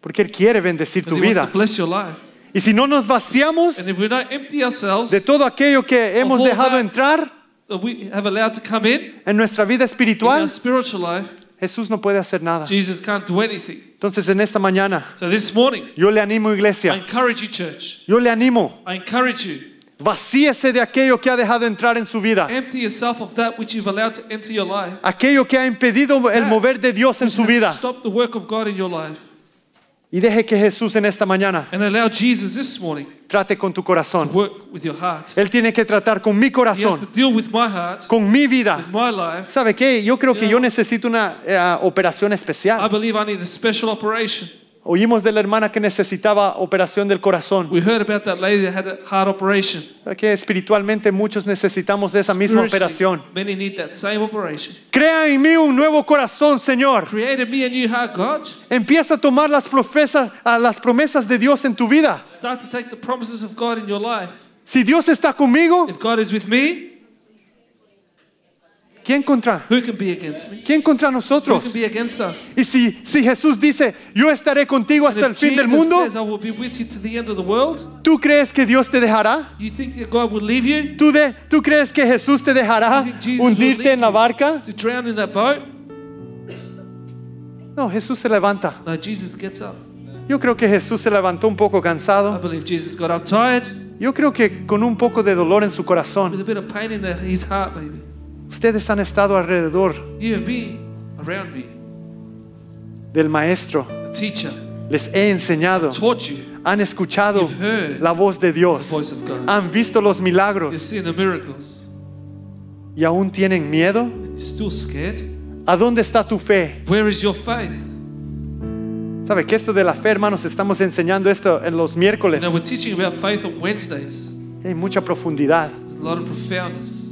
porque Él quiere bendecir
because
tu
He wants to
vida.
bless your life.
Y si no nos vaciamos
And if we don't empty ourselves,
de todo aquello que hemos
Ojo,
dejado
da-
entrar
that we have allowed to come in,
en nuestra vida
in our
espiritual,
spiritual life,
Jesús no puede hacer nada.
Jesus can't do anything.
Entonces en esta mañana
So this morning,
yo le animo,
I
iglesia,
encourage you, church.
yo le animo,
I encourage you.
vacíese de aquello que ha dejado entrar en su vida,
Empty yourself of that which you've allowed to enter your life.
aquello que ha impedido el mover de Dios en su vida.
Stop the work of God in your life.
Y deje que Jesús en esta mañana
And allow Jesus this morning
trate con tu
to
corazón.
work with your heart.
Él tiene que tratar con mi
He has to
corazón,
deal with my heart,
con mi vida.
with my life.
¿Sabe qué? Yo creo que yo necesito una eh, operación
I
especial.
believe I need a special operation.
Oímos de la hermana que necesitaba operación del corazón.
We heard about that lady that had a heart operation.
¿Sabe qué? Espiritualmente muchos necesitamos de esa misma
Spiritually,
operación.
Many need that same operation.
Crea en mí un nuevo corazón, Señor.
Created me a new heart, God.
Empieza a tomar las, profesas- a las promesas de Dios en tu vida.
Start to take the promises of God in your life.
Si Dios está conmigo,
If God is with me,
¿quién contra?
who can be against me?
¿Quién contra
Who
nosotros?
can be against us?
Y si, si Jesús dice, yo estaré contigo hasta el
And if
fin del
Jesus
mundo,
says, I will be with you to the end of the world,
¿tú crees que Dios te dejará?
you think that God will leave you?
¿Tú, de- ¿Tú crees que Jesús te dejará
You think Jesus will leave
hundirte en la
you
barca?
To drown in that boat?
No, Jesús se levanta.
No, Jesus gets up.
Yo creo que Jesús se levantó un poco
I
cansado.
believe Jesus got up tired
Yo creo que con un poco de dolor en su
with
corazón.
a bit of pain in their, his heart, maybe.
Ustedes han estado alrededor
You have been around me,
del Maestro.
a teacher,
Les he enseñado.
taught you
Han escuchado
You've heard
la voz de
the
Dios.
voice of God.
Han visto los
You've
milagros
seen the miracles.
y aún tienen miedo.
You're still scared.
¿A dónde está tu fe?
Where is your faith?
¿Sabe que esto de la fe, hermanos, estamos enseñando esto en los miércoles?
Now, we're teaching about faith on Wednesdays.
Hay mucha profundidad.
There's a lot of profoundness.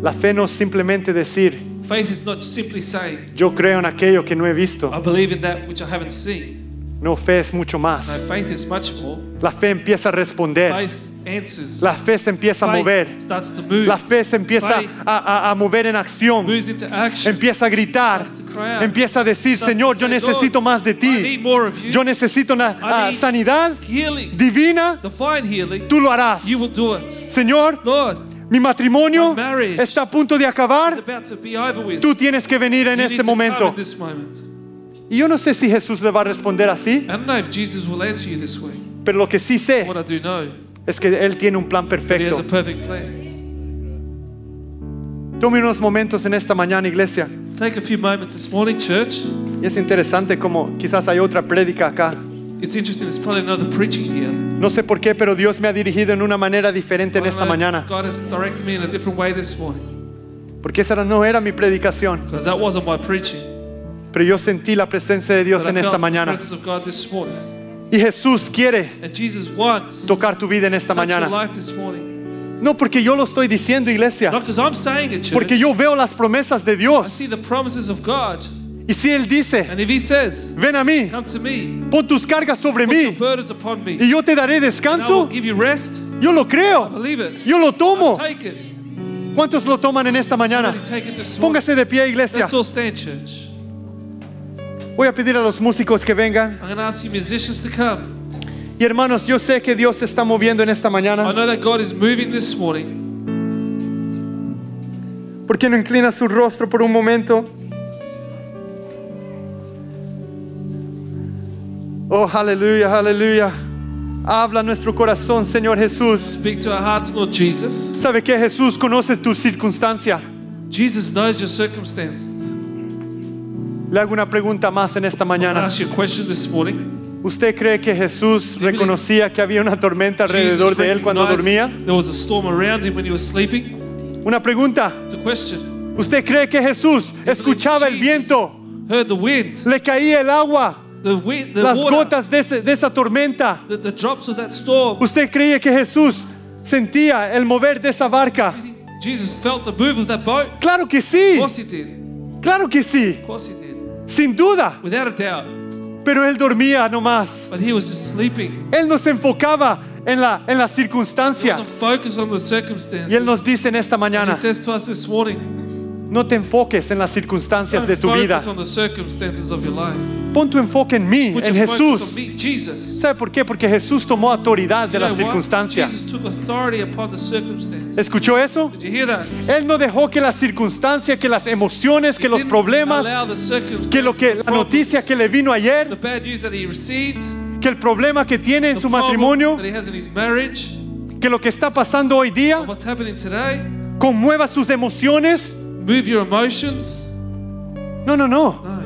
La fe no es simplemente decir,
Faith is not simply saying,
yo creo en aquello que no he visto.
I believe in that which I haven't seen.
No, fe es mucho
No,
más.
faith is much more.
La fe empieza a responder.
Faith answers.
La fe se empieza a mover.
faith starts to move.
La fe se empieza
Faith
a, a- a mover en acción.
moves into action.
Empieza a gritar.
Starts to cry out.
Empieza a decir,
Starts to
Señor, yo
say, "Lord,
necesito más de
I
ti.
need more of you.
Yo necesito una ah,
need-
sanidad
healing,
divina.
divine healing,
Tú lo harás.
you will do it.
Señor,
Lord,
mi matrimonio
My marriage
está a punto de
it's
acabar.
about to be over with.
Tú tienes que venir en
You need
este
to come
momento.
in this moment.
Y yo no sé si Jesús le va a responder así,
I don't know if Jesus will answer you this way.
pero lo que sí sé
What I do know,
es que Él tiene un plan
that He has
perfecto.
a perfect plan.
Tome unos momentos en esta mañana, iglesia.
Take a few moments this morning, church.
Y es interesante como quizás hay otra prédica acá.
It's interesting, there's probably another preaching here.
No sé por qué, pero Dios me ha dirigido en una manera diferente en
I
esta
know
mañana.
God has directed me in a different way this morning
Porque esa no era mi predicación,
because that wasn't my preaching.
pero yo sentí la presencia de
But
Dios
I
en esta
felt the
mañana.
presence of God this morning.
Y Jesús quiere
And Jesus wants to
tocar tu vida en esta
touch your
mañana.
life this morning.
No porque yo lo estoy diciendo, iglesia,
Not because I'm saying it, church.
porque yo veo las promesas de
I
Dios.
see the promises of God.
Y si Él dice,
And if He says,
ven a mí,
Come to me,
pon tus cargas sobre
Put your
mí
burdens upon me.
y yo te daré
And I will
descanso,
give you rest.
yo lo creo,
Believe it.
yo lo tomo.
Take it.
¿Cuántos lo toman en esta mañana?
Really take it this morning.
Póngase de pie, iglesia.
Let's all stand, church.
Voy a pedir a los músicos que vengan.
I'm going to ask you musicians to come.
Y hermanos, yo sé que Dios se está moviendo en esta
I
mañana.
know that God is moving this morning.
¿Por qué no inclina su rostro por un momento? Oh, aleluya, aleluya. Habla a nuestro corazón, Señor Jesús.
Speak to our hearts, Lord Jesus.
¿Sabe qué, Jesús? Conoces tu circunstancia.
Jesus knows your circumstances.
Le hago una pregunta más en esta
I
mañana.
asked you a question this morning.
¿Usted cree que Jesús
believe-
reconocía que había una tormenta alrededor
Jesus
de él cuando
recognized
dormía?
There was a storm around him when he was sleeping.
Una pregunta.
It's a question.
¿Usted cree que Jesús escuchaba el
Jesus.
viento?
Heard the wind,
Le caía el agua,
the wind, the
las
water,
gotas de, ese- de esa tormenta.
The, the drops of that storm.
¿Usted cree que Jesús sentía el mover de esa barca?
Jesus felt the move of that boat.
Claro que Oh, sí,
Of course he did.
claro que sí,
Of course he did.
sin duda.
Without a doubt.
Pero él dormía nomás.
But he was just sleeping.
Él no se enfocaba en la, en la
He
circunstancia.
wasn't focused on the
Y él
circumstances.
nos dice en esta
He
mañana,
says to us this morning,
no te enfoques en las circunstancias
don't
de tu vida.
focus on the circumstances of your life.
Pon tu enfoque en mí,
Put
en
your focus on
Jesús.
me, Jesus.
¿Sabe por qué? Porque Jesús tomó autoridad de
You know
las
what?
circunstancias.
Jesus took authority upon the circumstance.
¿Escuchó eso?
Did you hear that?
Él no dejó que las circunstancias, que las emociones, que
He
los
didn't
problemas,
allow the circumstances,
que lo que la
the problems,
noticia que le vino
the
ayer,
bad news that he received,
que el problema que tiene en
the
su
problem
matrimonio,
that he has in his marriage,
que lo que está pasando hoy día,
what's happening today,
conmueva sus emociones.
move your emotions.
No, no, no.
No,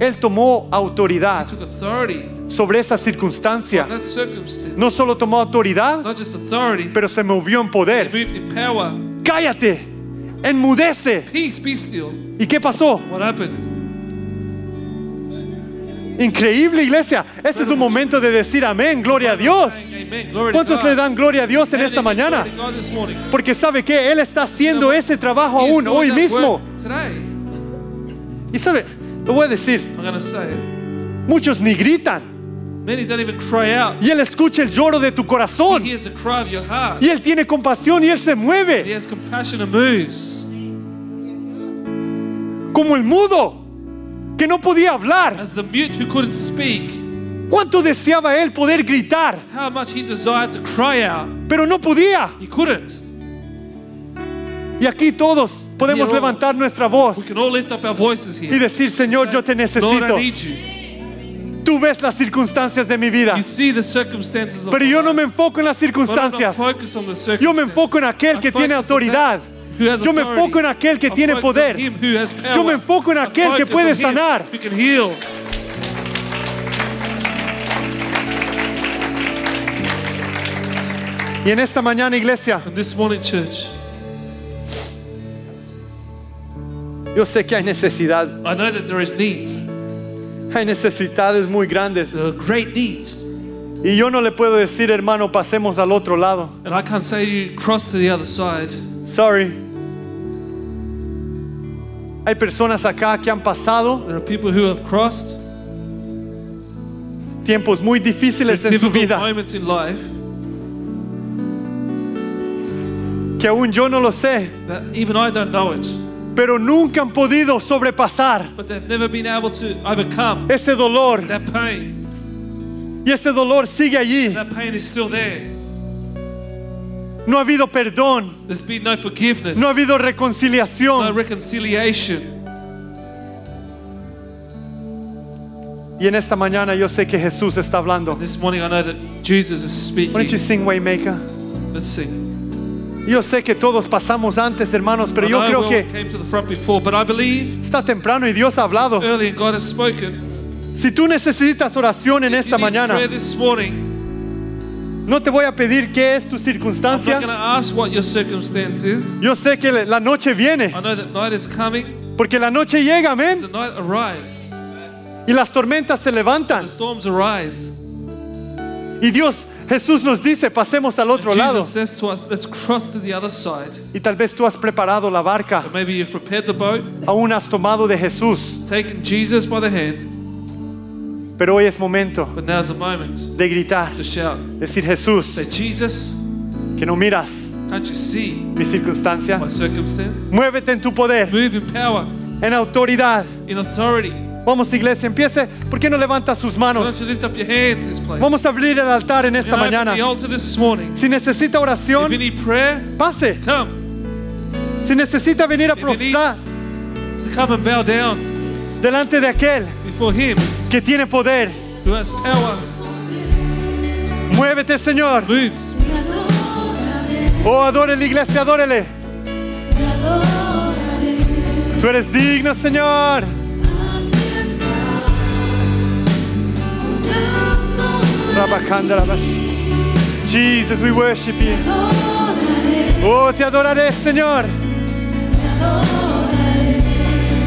Él tomó autoridad
took authority.
sobre esa circunstancia.
That circumstance,
No solo tomó autoridad,
not just authority,
pero se movió en poder.
moved in power.
Cállate, enmudece.
Peace, be still.
¿Y qué pasó?
What happened?
Increíble iglesia. Ese es un momento de decir amén, gloria a Dios.
Amen. Glory
¿Cuántos
to God.
le dan gloria a Dios en
Amen.
esta mañana?
Glory to God this morning.
Porque sabe que Él está haciendo ese trabajo
He is
aún
doing
hoy
that
mismo.
work Today,
Y sabe, lo voy a decir,
I'm going to say it.
muchos ni gritan.
Many don't even cry out.
Y Él escucha el lloro de tu
He
corazón.
hears the cry of your heart.
Y Él tiene compasión y Él se
He
mueve
has compassion and moves.
como el mudo que no podía hablar.
As the mute who couldn't speak,
¿Cuánto deseaba Él poder gritar?
how much he desired to cry out,
Pero no podía.
he couldn't.
Y aquí todos podemos
Here,
levantar nuestra voz
We can all lift up our voices
y
here.
decir, Señor, yo te
Lord, I
necesito.
need you.
Tú ves las circunstancias de mi vida.
You see the circumstances of
Ah. Pero
my
yo no
life,
me enfoco en las
but I'm not
circunstancias.
focused on the circumstances.
Yo me enfoco en aquel
I
que tiene
focus on that
autoridad.
who has
Yo me
authority.
enfoco en aquel que
I
tiene
focus
poder.
on him who has power.
Yo me enfoco en
I
aquel que
focus
puede
on him
sanar.
who can heal.
Y en esta mañana, iglesia,
And this morning, church,
yo sé que hay necesidad.
I know that there is needs.
Hay necesidades muy grandes.
There are great needs.
Y yo no le puedo decir, hermano, pasemos al otro lado.
And I can't say you cross to the other side.
Sorry. Hay personas acá que han pasado
There are people who have crossed
tiempos muy
through
difíciles en su
difficult
vida,
moments in life
que aún yo no lo sé,
that even I don't know it.
pero nunca han podido sobrepasar
But they've never been able to overcome
ese dolor.
that pain.
Y ese dolor sigue allí.
That pain is still there.
No ha habido perdón,
There's been no forgiveness,
no ha habido
no
reconciliación.
reconciliation.
Y en esta mañana yo sé que Jesús está hablando.
This morning I know that Jesus is
Why don't you
speaking.
sing Waymaker?
Let's sing.
Yo sé que todos pasamos antes, hermanos, pero
I
yo
know
creo
Will
que
came to the front before, but I believe
está temprano y Dios ha hablado.
early and God has spoken.
Si tú necesitas oración en
You
esta
need
mañana,
prayer this morning.
no te voy a pedir qué es tu
I'm not going to
circunstancia.
ask what your circumstance is.
Yo sé que la noche viene,
I know that night is coming.
porque la noche llega,
The
amén.
night arrives.
Y las tormentas se
The
levantan.
storms arise.
Y Dios, Jesús nos dice, pasemos al otro lado.
Jesus says to us, let's cross to the other side.
Y tal vez tú has preparado la barca,
Maybe you've prepared the boat,
aún has tomado de Jesús.
taken Jesus by the hand,
Pero hoy es momento
but now's the moment
de gritar,
to shout.
decir Jesús,
Say, Jesus,
que no miras
can't you see
mi circunstancia.
my circumstance?
Muévete en tu poder,
Move in power,
en autoridad.
in authority.
Vamos iglesia, empiece. ¿Por qué no levanta sus
Why don't
manos?
you lift up your hands this place?
Vamos a abrir el altar en
We're
esta
gonna open
mañana.
the altar this morning.
Si necesita
If you
oración,
need prayer,
pase.
come.
Si necesita venir a
you need-
prostrar
To come and bow down
delante de aquel
before Him
que tiene poder,
who has power,
muévete Señor.
moves.
Oh, adórele iglesia, adórele.
Te adoro,
Tú eres digno, Señor. Rabakandarabash. Jesus, we worship you. Oh, te adoraré, Señor.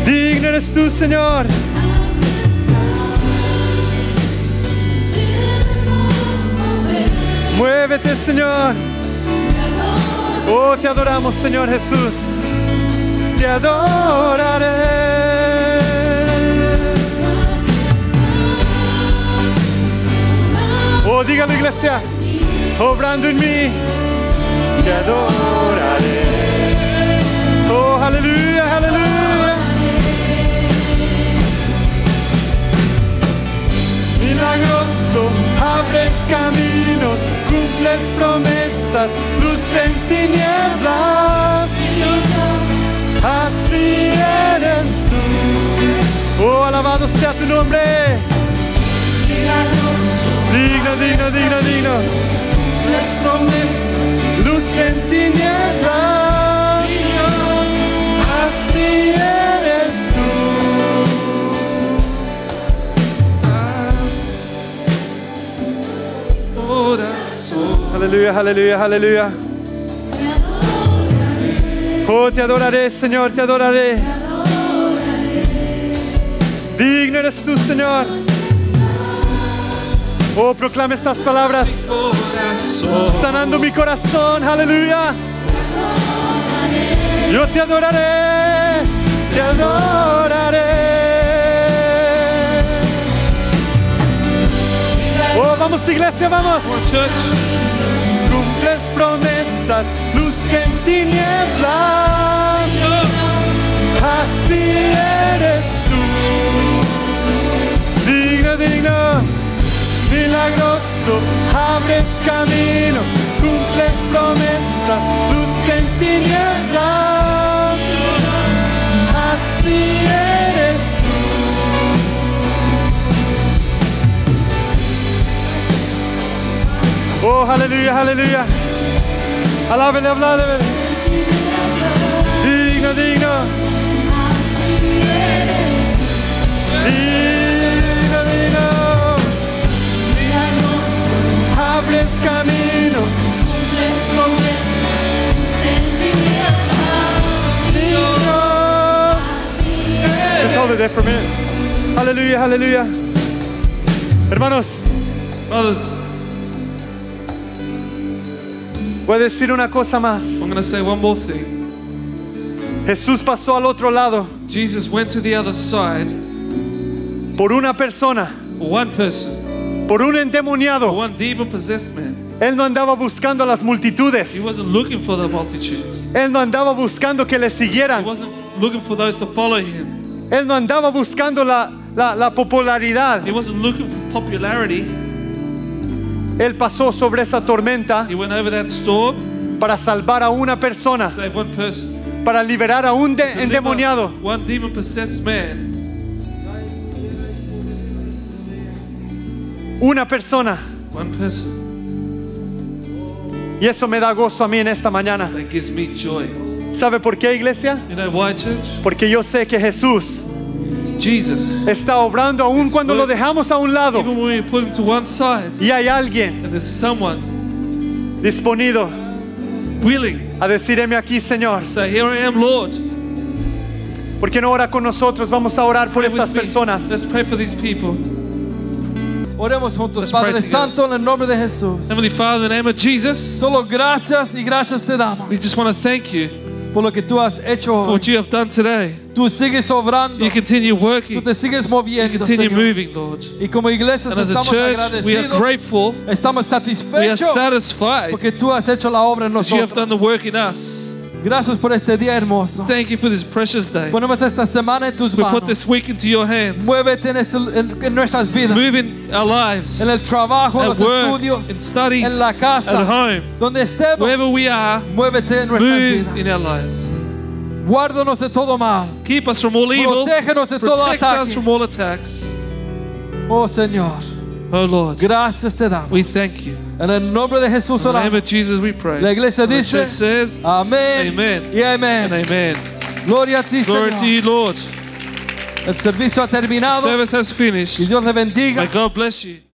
Digno eres tú, Señor. Muévete, Señor. Oh, te adoramos, Señor Jesús. Te adoraré. Oh, dígalo, iglesia. Obrando en mí. Te adoraré. Oh, aleluya, aleluya. Milagroso, abres caminos, cumples promesas, luz en tinieblas. Así eres tú. Oh, alabado sea tu nombre. Digno, digno, digno, digno. Luz en tinieblas. Así eres tú.
corazón.
Aleluya, aleluya, aleluya. Oh, te adoraré, Señor, te adoraré. Digno eres tú, Señor. Oh, proclama estas palabras,
Corazón.
sanando mi corazón, aleluya. Yo te adoraré, te adoraré. Oh, vamos, iglesia, vamos.
Church,
Cumples promesas, luz en tinieblas. Así eres tú. Digno, digno, milagroso, abres camino, cumples promesas, luz en tinieblas. Así eres tú. Oh, aleluya, aleluya. Alábele, alábele. Digno, digno. Digno, digno. Abres camino. Digno. Just hold it there for a minute. Aleluya, aleluya. Hermanos.
brothers,
Voy a decir una cosa más.
I'm going to say one more thing.
Jesús pasó al otro lado
Jesus went to the other side
por una persona,
for one person,
por un
for
endemoniado.
one demon possessed man.
Él no andaba buscando a las multitudes.
He wasn't looking for the multitudes,
Él no andaba buscando que le
he
siguieran.
wasn't looking for those to follow him,
Él no andaba buscando la, la- la popularidad.
he wasn't looking for popularity.
Él pasó sobre esa tormenta
He went over that storm,
para salvar a una persona,
saved one person.
para liberar a un de-
delivered
Ah. endemoniado.
One demon possessed man,
Una persona.
one person.
Y eso me da gozo a mí en esta mañana.
That gives me joy.
¿Sabe por qué, iglesia?
You know why, church?
Porque yo sé que Jesús
It's Jesus.
está obrando aún cuando lo dejamos a un lado.
Even when we put him to one side,
Y hay alguien
and there's someone
disponido
willing
a decir, "Heme aquí, Señor.
to say, Here I am, Lord.
¿Por qué no ora con nosotros? Vamos a orar por
Pray with
estas
me.
personas.
Let's pray for these people.
Oremos juntos,
Let's pray
Padre
together.
Santo, en el nombre de Jesús.
Heavenly Father, in the name of Jesus,
Solo gracias y gracias te damos
we just want to thank you
por lo que tú has hecho
for
hoy.
what you have done today.
Tú sigues obrando,
You continue working,
tú te sigues
you
moviendo,
continue
Señor.
moving, Lord.
Y como iglesia
And as a
estamos
church, we are
agradecidos,
grateful,
estamos
we are
satisfechos
satisfied
porque tú has hecho la obra en
that you have done the
nosotros.
work in us.
Gracias por este día hermoso.
Thank you for this precious day.
Ponemos esta semana en tus
We put
manos.
this week into your hands.
Muévete en, este- en- en nuestras vidas,
Move
en
in our lives,
el trabajo, en
at
los
work,
estudios,
in studies,
en la
at
casa,
home,
donde
wherever
estemos.
we are,
Muévete en nuestras
move in
vidas.
our lives.
Guárdanos de todo mal.
Keep us from all evil.
Protégenos de todo
Protect us from
ataque.
all attacks.
Oh Señor,
Oh Lord,
gracias te damos.
we thank you.
En el nombre de Jesús
In the name
oramos.
of Jesus we pray.
La iglesia
And the
dice,
church says,
Amén
Amen.
y amén.
and Amen.
Gloria a ti,
Glory to
Señor.
you, Lord.
El servicio ha terminado.
Service has
Que
finished.
Dios le bendiga.
May God bless you.